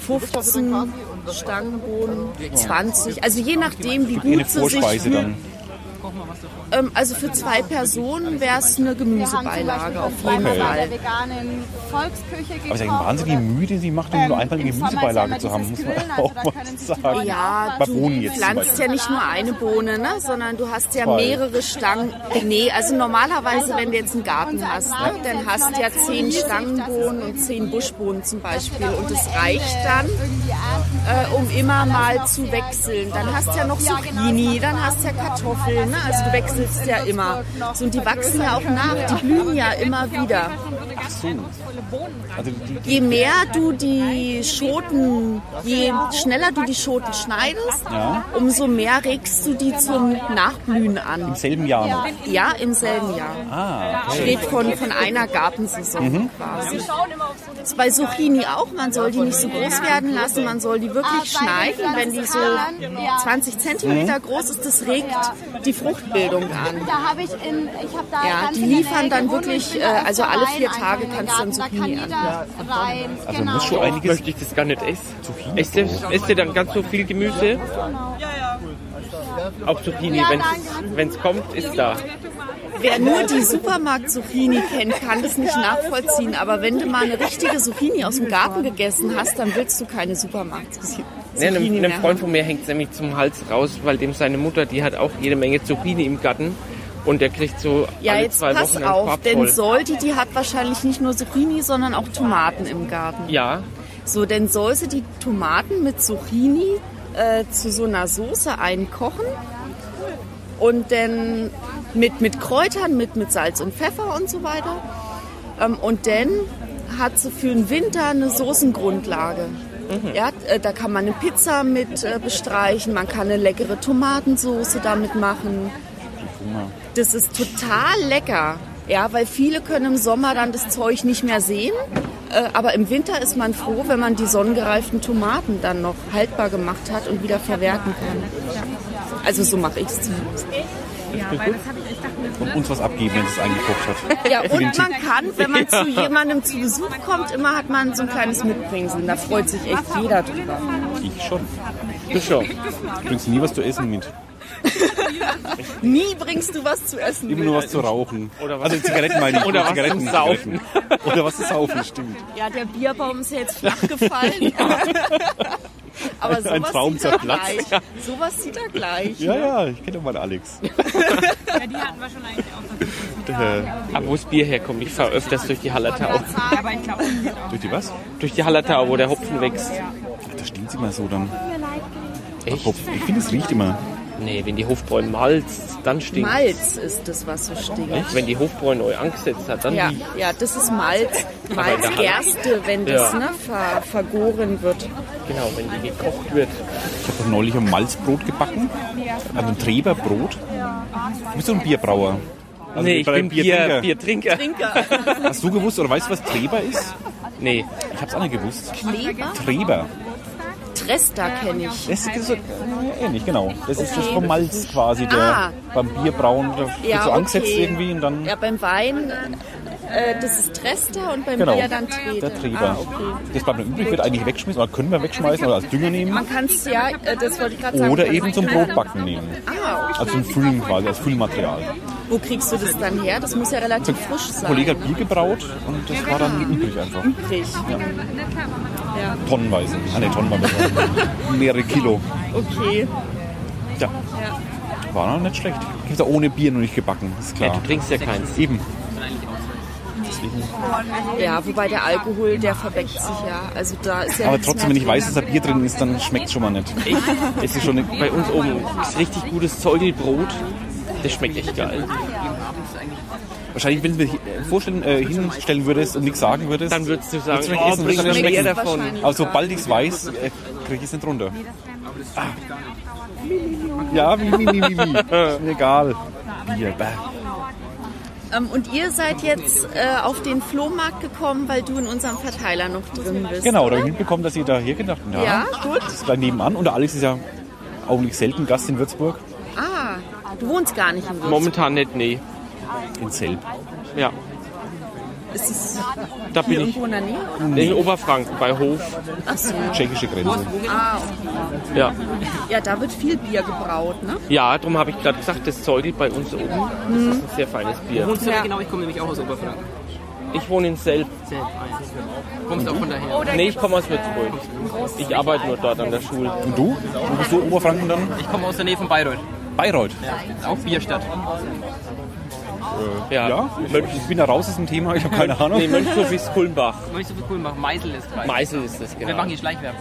15 Stangenbohnen, 20. Also je nachdem, wie eine gut sie also- sich Vorspeise dann. Ähm, also für zwei Personen wäre es eine Gemüsebeilage auf jeden Okay. Fall. veganen Volksküche Aber es ist ja wahnsinnig müde, die macht, um Ähm, nur einmal eine Gemüsebeilage zu haben, muss man also auch mal sagen. Ja, Bei du Bohnen jetzt zum pflanzt Beispiel. ja nicht nur eine Bohne, ne? sondern du hast ja Zwei. mehrere Stangen. Nee, also normalerweise, wenn du jetzt einen Garten hast, ne? dann hast du ja zehn Stangenbohnen und zehn Buschbohnen zum Beispiel. Und das reicht dann, äh, um immer mal zu wechseln. Dann hast du ja noch Zucchini, dann hast du ja Kartoffeln. Ne? Also du wechselst ja immer. So, und die wachsen ja auch nach, die blühen ja immer wieder. Also die, die, Je mehr du die Schoten, je schneller du die Schoten schneidest, Ja. umso mehr regst du die zum Nachblühen an. im selben Jahr noch. Ja, im selben Jahr. Ah, okay. Mhm. Steht von, von einer Gartensaison quasi. Ist bei Zucchini auch, man soll die nicht so groß werden lassen, man soll die wirklich schneiden. Wenn die so 20 Zentimeter Mhm. groß ist, das regt die Fruchtbildung an. Da habe ich in, ich habe da Ja, ganz die in der liefern Nähe dann gewohnt und wirklich, ich bin da äh, öfter also alle rein vier einfach Tage in den kannst du dann Garten. Da Zucchini kann jeder rein, Also genau. musst du einiges möchte ich das gar nicht essen. Zucchini. Esst ihr, esst ihr dann ganz so viel Gemüse? Auch Zucchini, wenn es kommt, ist da. Ne, Wer nur die Supermarkt-Zucchini kennt, kann das nicht nachvollziehen. Aber wenn du mal eine richtige Zucchini aus dem Garten gegessen hast, dann willst du keine Supermarkt-Zucchini Ne, einem, mehr einem Freund von mir hängt es nämlich zum Hals raus, weil dem seine Mutter, die hat auch jede Menge Zucchini im Garten und der kriegt so haben. Ja, alle jetzt zwei pass Wochen einen auf, Korb denn voll. Solti, die hat wahrscheinlich nicht nur Zucchini, sondern auch Tomaten im Garten. ja, So, denn soll sie die Tomaten mit Zucchini äh, zu so einer Soße einkochen und dann mit, mit Kräutern, mit, mit Salz und Pfeffer und so weiter. Ähm, und dann hat sie für den Winter eine Soßengrundlage. Ja, äh, da kann man eine Pizza mit äh, bestreichen, man kann eine leckere Tomatensoße damit machen. Das ist total lecker. Ja, weil viele können im Sommer dann das Zeug nicht mehr sehen. Äh, aber im Winter ist man froh, wenn man die sonnengereiften Tomaten dann noch haltbar gemacht hat und wieder verwerten kann. Also so mache ich es zumindest. Und uns was abgeben, wenn sie es eingekocht hat. Ja, und man kann, wenn man zu jemandem zu Besuch kommt, immer hat man so ein kleines Mitbringsel. Da freut sich echt jeder drüber. Ich schon. du schon. Du bringst nie was zu essen mit. Nie bringst du was zu essen Immer mit. nur was zu rauchen. Oder was- also Zigaretten meine ich. Oder was Zigaretten, zum Saufen. Zigaretten. Oder was zu saufen, stimmt. Ja, der Bierbaum ist ja jetzt flach gefallen. Aber sowas Ein Traum sieht er zerplatzt. gleich. Sowas sieht er gleich. Ja, ja, ich kenne doch mal Alex. die hatten wir schon eigentlich auch. Äh, Aber wo das Bier herkommt, ich fahre öfters durch die Hallertau. Aber ich glaube, durch die was? Durch die Hallertau, wo der Hopfen wächst. Da stinkt immer so dann. Echt? Kopf. Ich finde, es riecht immer. Nee, wenn die Hofbräu malzt, dann stinkt Malz ist das, was so stinkt. Wenn die Hofbräu neu angesetzt hat, dann Ja, riecht- ja, das ist Malz. Malzgerste, wenn das Ja. ne, ver, vergoren wird. Genau, wenn die gekocht wird. Ich habe doch neulich ein Malzbrot gebacken. Also ein Treberbrot. Du bist so ein Bierbrauer. Also nee, ich bei bin Biertrinker. Bier, Biertrinker. Hast du gewusst oder weißt du, was Treber ist? Nee, Ich hab's auch nicht gewusst. Kleber? Treber. Tresta kenne ich. Das ist so, äh, ähnlich, genau. Das ist das vom Malz quasi, der Ah. beim Bierbrauen da wird Ja, so angesetzt okay. irgendwie und dann Ja, beim Wein, äh, das ist Tresta und beim Genau. Bier dann Treta. der Treber. Ah, okay. Das bleibt noch übrig, wird eigentlich wegschmissen oder können wir wegschmeißen oder als Dünger nehmen Man kann es ja, äh, das wollte ich gerade sagen. oder man eben zum kann- Brotbacken nehmen. Ah, Also zum Füllen quasi, als Füllmaterial. wo kriegst du das dann her? Das muss ja relativ frisch Ein sein. Kollege hat Bier gebraut und das war dann übrig einfach. Übrig. Tonnenweise. Ah ne, tonnenweise. Mehrere Kilo. Okay. Ja. War noch nicht schlecht. Gibt's auch ohne Bier noch nicht gebacken, ist ja, klar. du trinkst ja keins. Eben. Ja, wobei der Alkohol, der verbeckt sich ja. Also da ist ja Aber nichts trotzdem, wenn mehr ich weiß, dass drin. da Bier drin ist, dann schmeckt schon mal nicht. Es ist schon eine- bei uns oben ist richtig gutes Zeugelbrot. Das schmeckt echt geil. Wahrscheinlich, wenn du mir hi- äh, vorstellen, äh, hinstellen würdest und nichts sagen würdest, Dann würdest du sagen, würdest du oh, essen, bring würdest mir du mehr davon. schmecken. Aber sobald ich es weiß, äh, kriege ich es nicht runter. äh, Ah. Ja, wie, wie, wie, wie, wie. Ist mir egal. Bier. Bäh. Ähm, und ihr seid jetzt äh, auf den Flohmarkt gekommen, weil du in unserem Verteiler noch drin bist. Genau, da oder? habe ich mitbekommen, dass ihr da hier gedacht habt. Ja, gut. Das ist gleich nebenan. Und der Alex ist ja augenblicklich selten Gast in Würzburg. Ah, du wohnst gar nicht in Würzburg. Momentan nicht, nee. In Selb. Ja, Ist es da bin ich. irgendwo in der Nähe? oder? In Oberfranken, bei Hof. Ach so. Tschechische Grenze. Ah, okay. Ja, Ja, da wird viel Bier gebraut, ne? ja darum habe ich gerade gesagt, das Zeugel bei uns oben, das Mhm. ist ein sehr feines Bier. Wohnst du genau? Ich komme nämlich auch aus Oberfranken. Ich wohne in Selb. Kommst auch von daher. Nee, ich komme aus Würzburg. Ich arbeite nur dort an der Schule. Und du? Wo bist du Oberfranken dann? Ich komme aus der Nähe von Bayreuth. Bayreuth. Auch Bierstadt. Ja. ich bin da raus aus dem Thema, ich habe keine Ahnung. Nee, Mönchshof ist Kulmbach. Möchtest du so cool machen? Meisel ist Bayreuth. Meißel ist das, genau. Wir machen hier Schleichwerbung.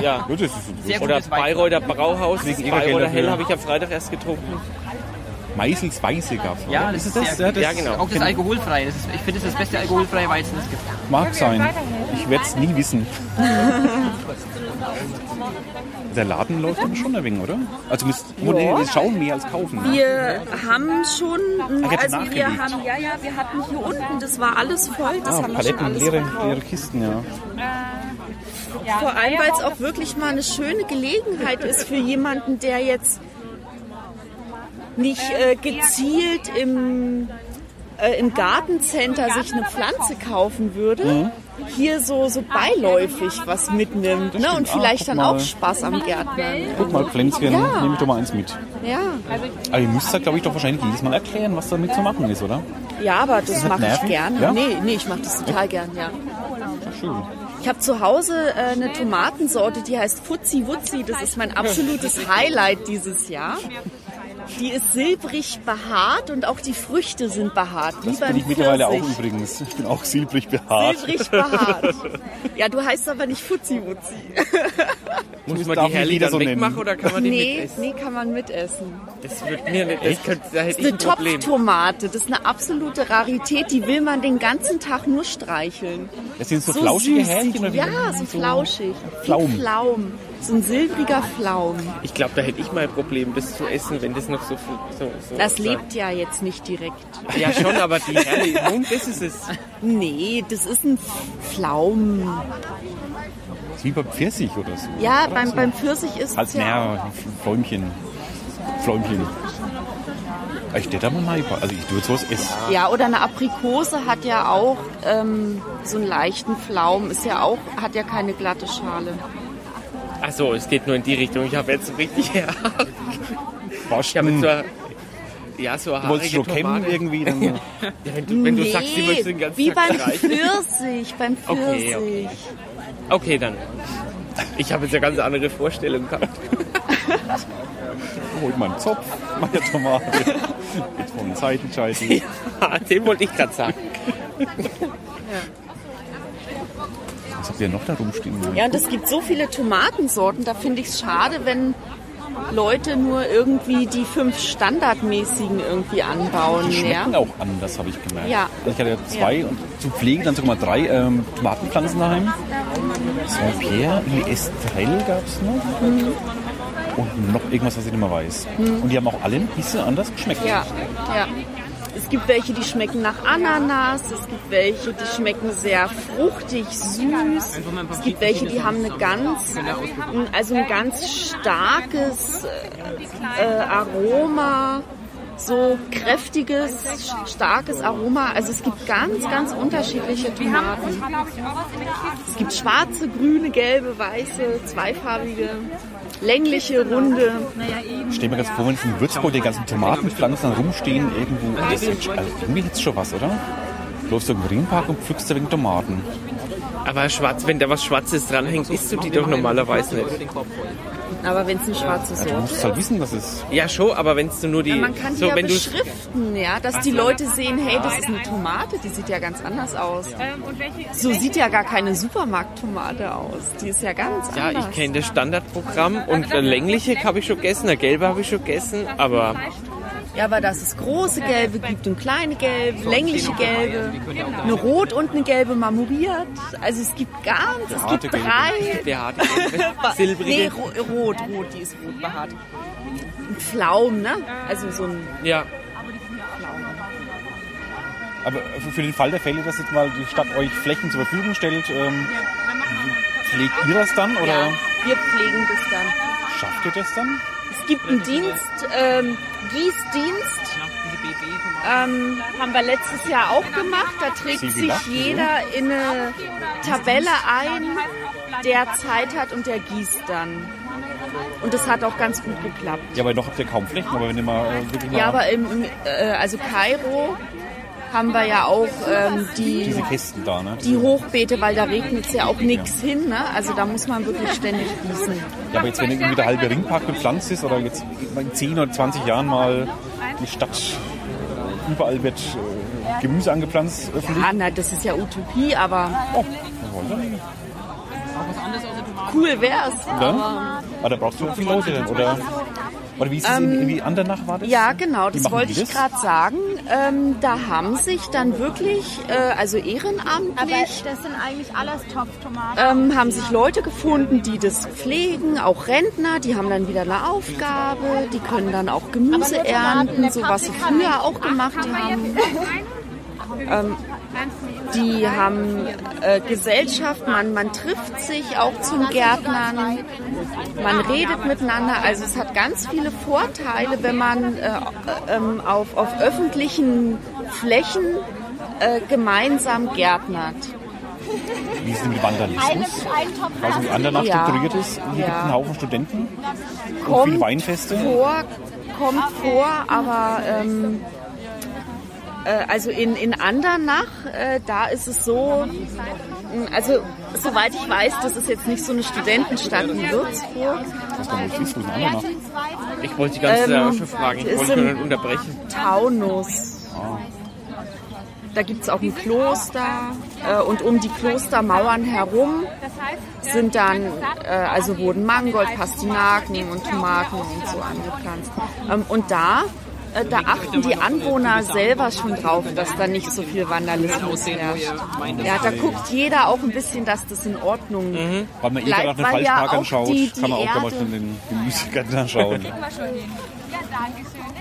Ja. Gut, das ist Sehr Oder gutes Weizen. Bayreuther Brauhaus. Wegen ihrer Bayreuther Gelder, Hell ja. habe ich am Freitag erst getrunken. Meisels Weiße gab es. Ja, das ist das. Ja, Ja, das Ja, genau. Auch das alkoholfreie. Das ist, ich finde, das ist das beste alkoholfreie Weizen, das es gibt. mag sein. Ich werde es nie wissen. Der Laden läuft aber schon ein wenig, oder? Also müsst, oh, nee, wir schauen mehr als kaufen. Ah, Wir haben schon, Ach, jetzt also wir nachgelegt. haben, ja, ja, wir hatten hier unten, das war alles voll, das ah, haben wir schon Paletten, alles leere, verkauft. leere Kisten, ja. Vor allem, weil es auch wirklich mal eine schöne Gelegenheit ist für jemanden, der jetzt nicht äh, gezielt im, äh, im Gartencenter sich eine Pflanze kaufen würde. Mhm. Hier so, so beiläufig was mitnimmt ne? und stimmt. Ah, vielleicht guck dann mal. auch Spaß am Gärtnern. Guck mal, Pflänzchen, Ja. nehme ich doch mal eins mit. Ja. Aber ihr müsst da, glaube ich, doch wahrscheinlich jedes Mal erklären, was damit zu machen ist, oder? ja, aber das mache ich nervig? gerne. Ja? Nee, nee, ich mache das total gern, ja. Schön. Ich habe zu Hause äh, eine Tomatensorte, die heißt Fuzzi Wuzzi. Das ist mein absolutes Highlight dieses Jahr. Die ist silbrig behaart und auch die Früchte sind behaart. wie Das beim bin ich mittlerweile auch Pfirsich. übrigens. Ich bin auch silbrig behaart. Silbrig behaart. Ja, du heißt aber nicht Fuzzi Wuzzi. Muss Das man darf die man Herli wieder dann so nennen. wegmachen oder kann man die Nee, mitessen? nee, kann man mitessen. Das wird mir nicht, das könnte, da hätte ich Eine ein Problem. Top-Tomate, das ist eine absolute Rarität. Die will man den ganzen Tag nur streicheln. Das sind so, flauschige süß. Härchen. oder wie nennt Ja, man so das? flauschig. Wie Pflaumen. Pflaumen. So ein silbriger Pflaum. Ich glaube, da hätte ich mal ein Problem, das zu essen, wenn das noch so viel. So, so Das lebt ja jetzt nicht direkt. Ja, schon, aber die Herli, nun, das ist es. Nee, das ist ein Pflaumen. Das ist Wie beim Pfirsich oder so. Ja, beim, beim Pfirsich ist Halt es ja. mehr Fläumchen. Fläumchen. Ah, Ich hätte da mal mal. Also ich würde sowas essen. Ja, oder eine Aprikose hat ja auch ähm, so einen leichten Pflaum. Ist ja auch, hat ja keine glatte Schale. Achso, es geht nur in die Richtung. Ich habe jetzt so richtig. Ja, ich habe Waschen. jetzt so. Du eine- Ja, so eine wolltest haarige schon kämmen Tomate. irgendwie. Dann, Ja, wenn du, wenn du nee, sagst, die willst du den ganzen wie Tag beim streichen. Pfirsich, beim Pfirsich. Okay, okay. Okay, dann. Ich habe jetzt eine ganz andere Vorstellung gehabt. hol mal einen Zopf, meine Tomate. Jetzt vom Seitenscheitel. Ja, den wollte ich gerade sagen. Was habt ihr noch da rumstehen? Ja, und es gibt so viele Tomatensorten, da finde ich es schade, wenn Leute nur irgendwie die fünf standardmäßigen irgendwie anbauen. Die ja? schmecken auch anders, habe ich gemerkt. Ja. Ich hatte ja zwei und zu pflegen dann sogar mal drei ähm, Tomatenpflanzen daheim. Saint-Pierre, Estrelle gab es noch. Und noch irgendwas, was ich nicht mehr weiß. Und die haben auch alle ein bisschen anders geschmeckt. Ja, ja. Es gibt welche, die schmecken nach Ananas, es gibt welche, die schmecken sehr fruchtig, süß. Es gibt welche, die haben eine ganz, also ein ganz starkes äh, äh, Aroma, so kräftiges, starkes Aroma. Also es gibt ganz, ganz unterschiedliche Tomaten. Es gibt schwarze, grüne, gelbe, weiße, zweifarbige, längliche, runde. Ich stelle mir ganz vor, wenn in Würzburg die ganzen Tomatenpflanzen dann rumstehen irgendwo. Das ist, also irgendwie hätt's schon was, oder? Du läufst irgendwo in den Park und pflückst da wegen Tomaten. Aber schwarz, wenn da was Schwarzes dranhängt, isst du die doch normalerweise nicht. Aber wenn es eine schwarze Du Sorte musst halt wissen, dass es Ja, schon, aber wenn du nur die. Man kann die so, ja wenn du beschriften, ja, dass die Leute sehen, hey, das ist eine Tomate, die sieht ja ganz anders aus. Ähm, So sieht ja gar keine Supermarkttomate aus. Die ist ja ganz Ja, anders. ich kenne das Standardprogramm und äh, längliche habe ich schon gegessen, eine gelbe habe ich schon gegessen, aber Ja, aber dass es große gelbe gibt und kleine gelbe, längliche gelbe, eine rot und eine gelbe marmoriert. Also es gibt ganz, es Behaarte gibt drei. der harte silbrige. Nee, ro rot, rot, die ist rot behaart. Ein Pflaum, ne? Also so ein Ja. Aber für den Fall der Fälle, dass jetzt mal die Stadt euch Flächen zur Verfügung stellt, ähm, pflegt ihr das dann oder Ja, wir pflegen das dann. schafft ihr das dann? Es gibt einen Dienst, ähm, Gießdienst, ähm, haben wir letztes Jahr auch gemacht. Da trägt sich jeder in eine Tabelle ein, der Zeit hat und der gießt dann. Und das hat auch ganz gut geklappt. Ja, aber noch habt ihr kaum Flächen, aber wenn ihr mal äh, wirklich mal Ja, aber im, im, äh, also Kairo haben wir ja auch ähm, die, diese Kisten da, ne? die Hochbeete, weil da regnet es ja auch nichts hin. Ne? Also da muss man wirklich ständig gießen. Ja, aber jetzt, wenn irgendwie der halbe Ringpark bepflanzt ist oder jetzt in 10 oder 20 Jahren mal die Stadt überall wird äh, Gemüse angepflanzt, öffentlich. Ah, na, das ist ja Utopie, aber Oh, was wollen wir denn? cool wär's. Dann? Ah, da brauchst du auch viele Leute dann, oder? Oder wie ist es in irgendwie Andernach war das? Ähm, Ja, genau, Wie das machen wollte die ich das? gerade sagen. Ähm, da haben sich dann wirklich, äh, also ehrenamtlich, das sind eigentlich alles Topftomaten. ähm, haben sich Leute gefunden, die das pflegen, auch Rentner, die haben dann wieder eine Aufgabe, die können dann auch Gemüse ernten, so was sie früher auch gemacht haben. Ähm, die haben äh, Gesellschaft, man, man trifft sich auch zum Gärtnern, man redet miteinander. Also es hat ganz viele Vorteile, wenn man äh, äh, ähm, auf, auf öffentlichen Flächen äh, gemeinsam gärtnert. Wie ist es mit Vandalismus? Ein Topf Weißt du, wie Andernach Ja. strukturiert ist? Hier gibt es Ja. einen Haufen Studenten und viele Kommt Weinfeste. vor, kommt vor, aber ähm, äh, also in, in Andernach, äh, da ist es so, mh, also soweit ich weiß, das ist jetzt nicht so eine Studentenstadt in Würzburg. Das kann man nicht wissen, Andernach. Ich wollte die ganze Ähm, Sache schon fragen, ich ist wollte im- nur nicht unterbrechen. Taunus. Da gibt es auch ein Kloster äh, und um die Klostermauern herum sind dann, äh, also wurden Mangold, Pastinaken und Tomaten und so angepflanzt. Ähm, und da, äh, da achten die Anwohner selber schon drauf, dass da nicht so viel Vandalismus herrscht. Ja, da guckt jeder auch ein bisschen, dass das in Ordnung Weil man eh Bleibt, gerade nach einem weil ja Falschpark auch anschaut, die- die kann man auch gerne mal Erde- in den Gemüsegarten anschauen.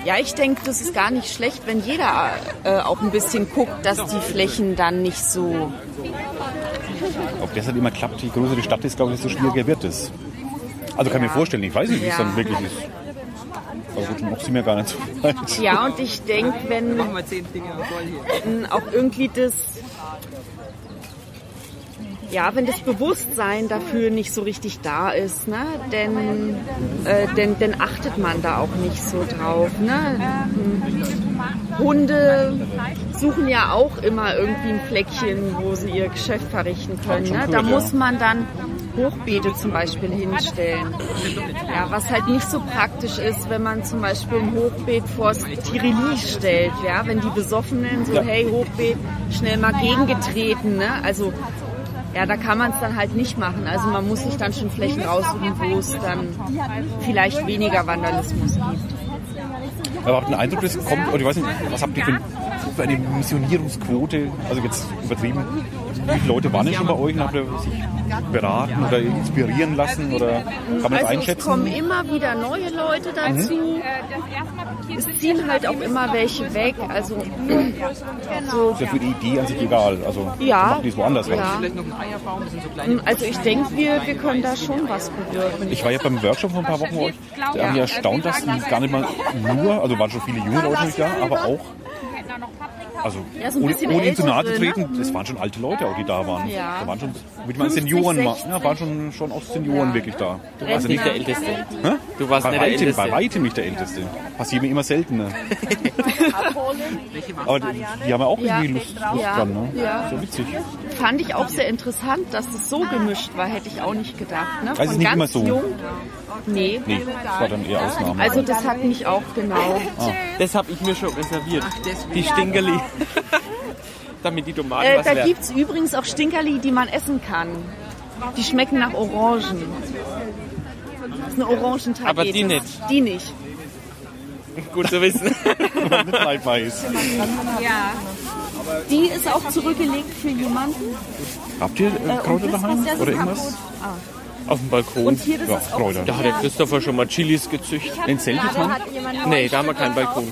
Ja, ich denke, das ist gar nicht schlecht, wenn jeder äh, auch ein bisschen guckt, dass die Flächen dann nicht so. Ob das halt immer klappt, je größer die Stadt ist, glaube ich, desto schwieriger wird es. Also kann ich mir vorstellen, ich weiß nicht, wie es Ja. dann wirklich ist. Aber gut, noch sind wir gar nicht so weit. Ja, und ich denke, wenn mal zehn Finger voll hier. mh, auch irgendwie das. Ja, wenn das Bewusstsein dafür nicht so richtig da ist, ne? denn, äh, denn, denn achtet man da auch nicht so drauf. Ne? Hm. Hunde suchen ja auch immer irgendwie ein Fleckchen, wo sie ihr Geschäft verrichten können. schon Ne? cool, Da ja. muss man dann Hochbeete zum Beispiel hinstellen. Ja, was halt nicht so praktisch ist, wenn man zum Beispiel ein Hochbeet vors Tirili stellt, ja, wenn die Besoffenen so, hey, Hochbeet, schnell mal gegengetreten, ne? Also, ja, da kann man es dann halt nicht machen. Also man muss sich dann schon Flächen raussuchen, wo es dann vielleicht weniger Vandalismus gibt. Aber habt ihr den Eindruck, das kommt, oder ich weiß nicht, was habt ihr für, für eine Missionierungsquote? Also jetzt übertrieben, wie viele Leute waren denn schon bei euch und habt ihr sich beraten oder inspirieren lassen oder kann man das Also es kommen einschätzen? immer wieder neue Leute dazu. Es ziehen halt auch immer welche weg. Also so Ist ja für die Idee an sich egal. Also Ja. macht die es woanders halt. Ja. Also ich denke, wir, wir können da schon was bewirken. Ich war ja beim Workshop vor ein paar Wochen bei euch. Da haben wir erstaunt, dass die gar nicht mal nur, also waren schon viele junge Leute natürlich da, aber auch, also Ja, so ein ohne, bisschen ohne ihnen zu nahe zu ältere, ne? treten, es waren schon alte Leute auch, die da waren. Ja. Da waren schon, würde man 50, Senioren, ma- 60. ja, waren schon, schon auch Senioren Ja. wirklich da. Also nicht der Älteste. Hä? Du warst bei nicht der weitem, Älteste. Bei weitem nicht der Älteste. Passiert mir immer seltener. Aber die haben ja auch Ja. irgendwie Lust, Lust Ja. dran, ne? Ja. So witzig. Fand ich auch sehr interessant, dass es so gemischt war, hätte ich auch nicht gedacht. Ne? Also Von nicht ganz immer so. jung. Nee. Nee, das war dann eher Ausnahme. Also das hat mich auch genau. Also Das habe ich mir schon reserviert. die Stinkerli. Damit die Tomaten Äh, was da werden. gibt es übrigens auch Stinkerli, die man essen kann. Die schmecken nach Orangen. Das ist eine Orangentabette. Aber die nicht. Die nicht. Gut zu wissen. Wenn man nicht leidbar ist. Die ist auch zurückgelegt für jemanden. Äh, Habt ihr äh, Kräuter daheim? Oder irgendwas? Auf dem Balkon. Und hier, das Ja, ist auch Kräuter. Da hat der Christopher schon mal Chilis gezüchtet. Den Selbichmann? Nee, da haben wir keinen Balkon.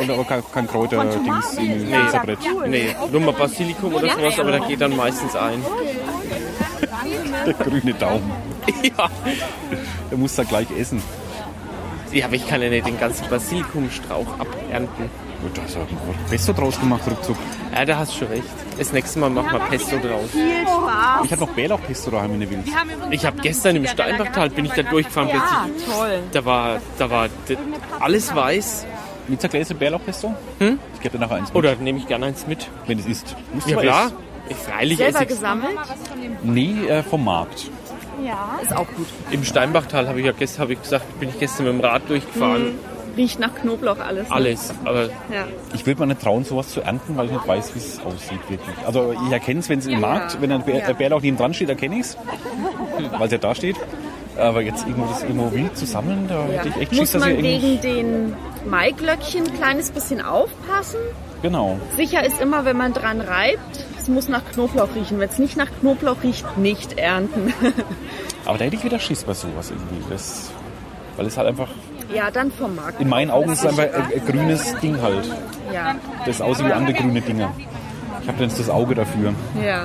Und aber kein, kein Kräuter-Dings im Laserbrett. Nee, nur mal Basilikum oder sowas, aber da geht dann meistens ein. Der grüne Daumen. Ja. Der muss da gleich essen. ja, aber ich kann ja nicht den ganzen Basilikumstrauch abernten. Und da ist ja ein Pesto draus gemacht, ruckzuck. Ja, da hast du schon recht. Das nächste Mal machen wir Pesto draus. Ich habe noch Bärlauchpesto daheim, wenn du willst. Ich habe gestern im Steinbachtal bin ich da durchgefahren plötzlich. toll. Da war, da war d- alles weiß. Mit der Gläser Bärlauchpesto? Ich gebe dir nachher eins mit, Oder nehme ich gerne eins mit? wenn es ist. Musst Hm? du Ja mal klar. essen. Ich freilich esse Selber ich's. gesammelt? Nee, äh, vom Markt. Ist auch gut. Im Steinbachtal habe ich ja gestern, habe ich gesagt, bin ich gestern mit dem Rad durchgefahren. Mhm. Riecht nach Knoblauch alles. ne? Alles. Aber Ja. Ich würde mir nicht trauen, sowas zu ernten, weil ich nicht weiß, wie es aussieht wirklich. Also ich erkenne es, wenn es im Markt, wenn ein Bär, äh, Bärlauch neben dran steht, erkenne ich es, weil es ja da steht. Aber jetzt irgendwo das irgendwo wild zu sammeln, da hätte ich echt Schiss, Muss dass ich man irgendwie... wegen den Maiglöckchen ein kleines bisschen aufpassen? Genau. Sicher ist immer, wenn man dran reibt, es muss nach Knoblauch riechen. Wenn es nicht nach Knoblauch riecht, nicht ernten. Aber da hätte ich wieder Schiss bei sowas irgendwie. Das, weil es halt einfach, ja, dann vom Markt. in meinen Augen ist es einfach ein, ein grünes Ding halt. Ja. Das aussieht wie andere grüne Dinge. Ich habe jetzt das Auge dafür. ja.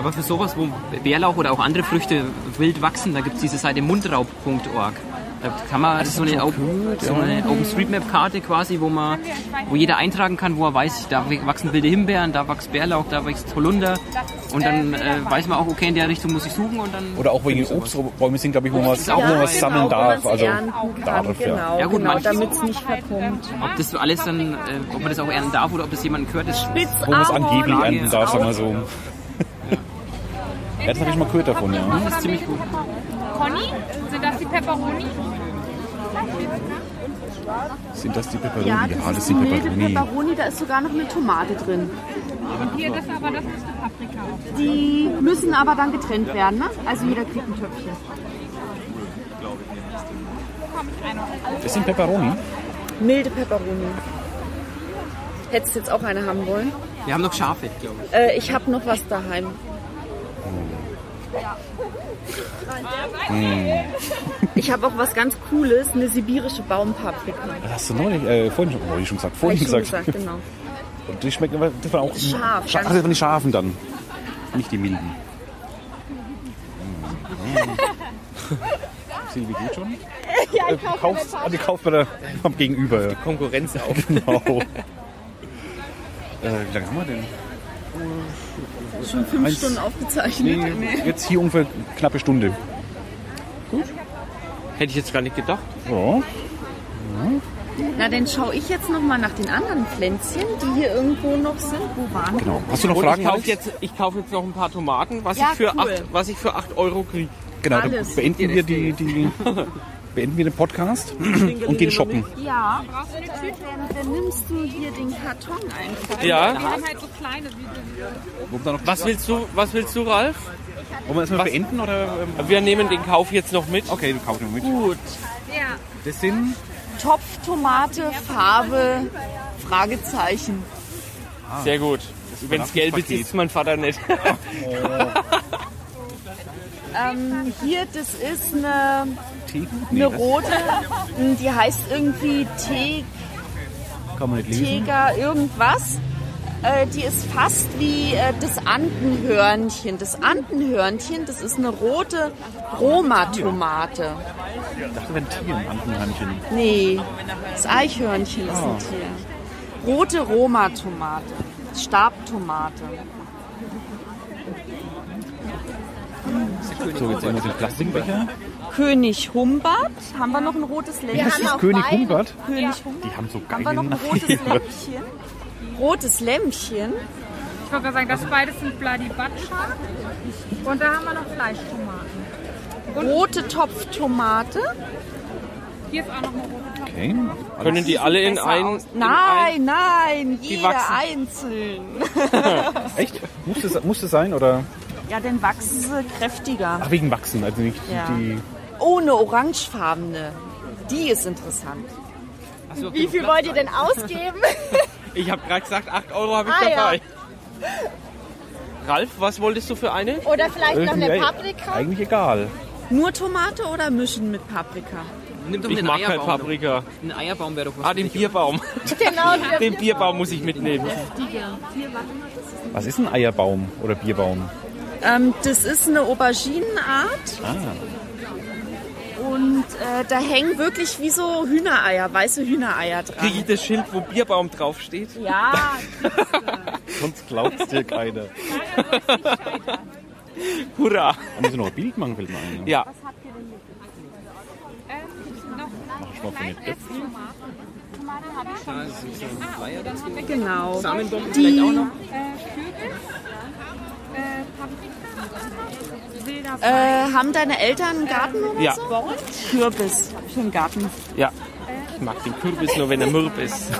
Aber für sowas, wo Bärlauch oder auch andere Früchte wild wachsen, da gibt es diese Seite mundraub.org. Da kann man so eine, Op- so eine OpenStreetMap-Karte quasi, wo man, wo jeder eintragen kann, wo er weiß, da wachsen wilde Himbeeren, da wächst Bärlauch, da wächst Holunder. Und dann äh, weiß man auch, okay, in der Richtung muss ich suchen und dann. Oder auch wegen Obstbäume sind, glaube ich, wo man es Ja, wo man was genau, sammeln wo darf. man's Also ernten kann, darf, ja. genau, Ja, gut, genau manche- damit es nicht verkommt. Ob das so alles dann, äh, ob man das auch ernten darf oder ob das jemand gehört, ist Wo man es angeblich Ahorn. ernten darf, sagen wir so. Ja, das habe ich mal gehört davon, ja. das ist ziemlich gut. Conny, sind das die Pepperoni? Sind das die Peperoni? Ja, das ist die milde Peperoni, da ist sogar noch eine Tomate drin. Hier, das aber, das ist eine Paprika. Die müssen aber dann getrennt werden, ne? Also jeder kriegt ein Töpfchen. Das sind Peperoni? Milde Peperoni. Hättest jetzt auch eine haben wollen? Wir haben noch Schafe, glaube ich. Äh, ich habe noch was daheim. Ich habe auch was ganz Cooles, eine sibirische Baumpaprika. Das hast du neulich, äh, vorhin schon, neulich schon gesagt. Vorhin Hab gesagt. ich schon gesagt, genau. Und die schmecken aber, das war auch Scharf, Scha- ganz- Ach, das waren die Schafen dann. Nicht die milden. Mhm. Silvi geht schon? Ja, ich äh, kaufst, ah, die kauft bei der, am Gegenüber. Konkurrenz auf. Genau. äh, wie lange haben wir denn? Schon fünf Eins- Stunden aufgezeichnet. Jetzt hier ungefähr knappe Stunde. Hätte ich jetzt gar nicht gedacht. Ja. Na, dann schaue ich jetzt noch mal nach den anderen Pflänzchen, die hier irgendwo noch sind. Wo waren Genau. Hast du noch Und Fragen? ich kaufe Alex? Oh, jetzt, ich kaufe jetzt noch ein paar Tomaten, was, Ja, ich, für cool. acht, was ich für 8 Euro kriege. Genau, dann Alles. beenden wir, die, die, beenden wir den Podcast und gehen shoppen. Ja, dann, dann nimmst du hier den Karton einfach. Ja. Das sind halt so kleine, wie Wollen wir, noch, Was willst du, was willst du, Ralf? wollen wir erstmal beenden? Oder, ähm, Wir nehmen den Kauf jetzt noch mit. okay, du kaufst noch mit. Gut. Das sind Topf, Tomate, Farbe, Fragezeichen. Ah. Sehr gut. Wenn es gelb ist, ist mein Vater nicht. Ähm, hier, das ist eine, Theken? eine rote, m, die heißt irgendwie Tee Kann man nicht lesen. Teger irgendwas. Äh, die ist fast wie äh, das Andenhörnchen. Das Andenhörnchen, das ist eine rote Roma-Tomate. Ich dachte, wenn Tier im Antenhörnchen. Nee, das Eichhörnchen ist Ah. ein Tier. Rote Roma-Tomate. Stabtomate. So, jetzt sehen wir den Plastikbecher. König Humbert. Haben wir noch ein rotes Das Lämpchen? ist König Humbert. König Humbert. Die haben so Haben wir geile noch ein rotes Namen. Lämpchen? Rotes Lämpchen? Ich wollte gerade sagen, das beides sind Bloody Butcher. Und da haben wir noch Fleischtomaten. Rote Topftomate? Hier ist auch noch eine rote Tomate. Okay. Können die alle in einen. Nein, nein, jeder wachsen. einzeln. Echt? Muss das, muss das sein? Oder? Ja, dann wachsen sie kräftiger. Ach, wegen Wachsen. Also nicht Ja. die. Ohne orangefarbene. Die ist interessant. Wie viel Wollt ihr denn ausgeben? In, ich habe gerade gesagt, 8 Euro habe ich Ah, ja. dabei. Ralf, was wolltest du für eine? Oder vielleicht noch Irgendwie- eine Paprika? Eigentlich egal. Nur Tomate oder mischen mit Paprika? Nimm doch Ich den mag kein Eierbaum. Paprika. doch. Ein Eierbaum wäre doch was. Ah, den Bierbaum. Genau, Den Bierbaum muss ich mitnehmen. Was ist ein Eierbaum oder Bierbaum? Ähm, das ist eine Auberginenart. Und äh, da hängen wirklich wie so Hühnereier, weiße Hühnereier dran. Kriege ich das Schild, wo Bierbaum draufsteht? Sonst glaubt dir keiner. Hurra! Da muss ich noch ein Bild machen, fällt mir ein. Ja. Mach ich mal für eine Döpfung. Genau. Samenbomben Die- vielleicht auch noch. Äh, haben deine Eltern einen Garten oder Ja. so? Warum? Kürbis für den Garten. Ja. Ich mag den Kürbis nur, wenn er mürb ist.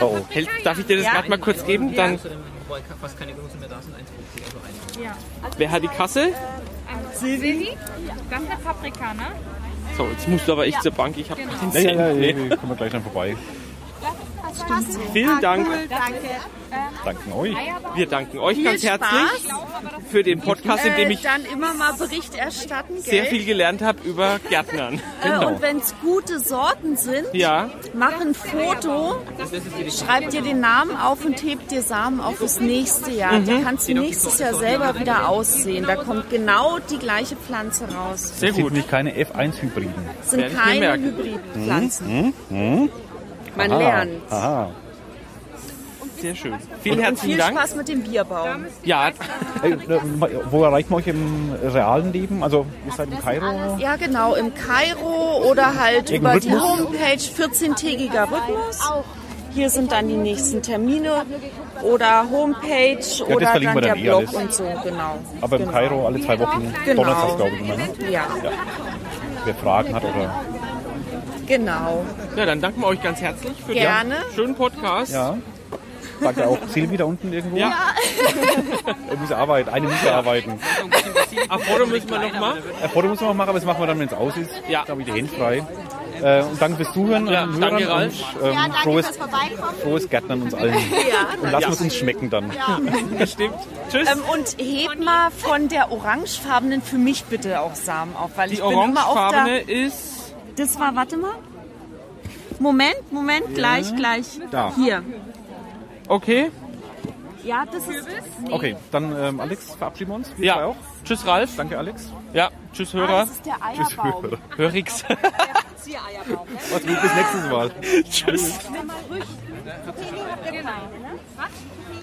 Oh. Hält- Darf ich dir das gerade mal kurz geben? Dann, also Wobei fast keine Großen mehr da sind. Eins, also eins. wer hat die Kasse? Silvi? Das ist eine Paprika, ne? So, jetzt musst du aber echt zur Bank. Ich habe Genau. den Ja, Cent. ja, ja, Nee. ja, kommen wir gleich dann vorbei. Ah, Vielen Dank. danke. Danken euch. Wir danken euch ganz Viel herzlich für den Podcast, in dem Äh, ich dann immer mal Bericht erstatten, gell? sehr viel gelernt habe über Gärtnern. äh, und wenn es gute Sorten sind, Ja, mach ein Foto, schreib dir den Namen auf und heb dir Samen auf fürs nächste Jahr. Mhm. Die kannst Genau. du nächstes Jahr selber wieder aussehen. Da kommt genau die gleiche Pflanze raus. sehr Es sind gut. nämlich keine F1-Hybriden. Das sind Werd ich mir keine merken. Mhm. Hybridpflanzen. Man lernt. Aha. Sehr schön. Vielen Und herzlichen viel Dank. Spaß mit dem Bierbaum. Ja, Äh, äh, wo erreicht man euch im realen Leben? Also, ihr seid in Kairo? Ja, genau, im Kairo oder halt über Irgendein die Rhythmus? Homepage 14-tägiger Rhythmus. Hier sind dann die nächsten Termine oder Homepage oder dann, verlinken wir der dann eh Blog alles. und so, genau. Aber im Kairo alle zwei Wochen. Genau. Donnerstag, glaube ich immer. Ne? Ja, Wer Fragen hat oder. genau. ja, dann danken wir euch ganz herzlich für Gerne. den schönen Podcast. Ja. Sagt ja auch Silvi da unten irgendwo? Ja. Er muss arbeiten. Eine muss ja arbeiten. Ach, Foto müssen wir noch mal. Äh, Foto muss man noch machen, aber das machen wir dann, wenn es aus ist. Ja. Da habe ich die Hände frei. Äh, und danke fürs Zuhören. Ja, an den danke, Hörern Ralf. Und, ähm, Ja, danke frohes, fürs Vorbeikommen. frohes Gärtnern uns allen. und lassen wir es uns schmecken dann. Stimmt. Tschüss. Ähm, und heb mal von der orangefarbenen für mich bitte auch Samen auf, weil Die ich bin immer auf orangefarbene der... ist. Das war, warte mal. Moment, Moment, gleich, gleich. Da. Hier. Okay. Ja, das ist... Okay, dann ähm, Alex, verabschieden wir uns. Wir zwei Ja. auch. Tschüss, Ralf. Danke, Alex. Ja. Tschüss, Das Hörer. ist der Tschüss, Eierbaum. Hörer. Hörix. Macht's gut, bis nächstes Mal. Tschüss.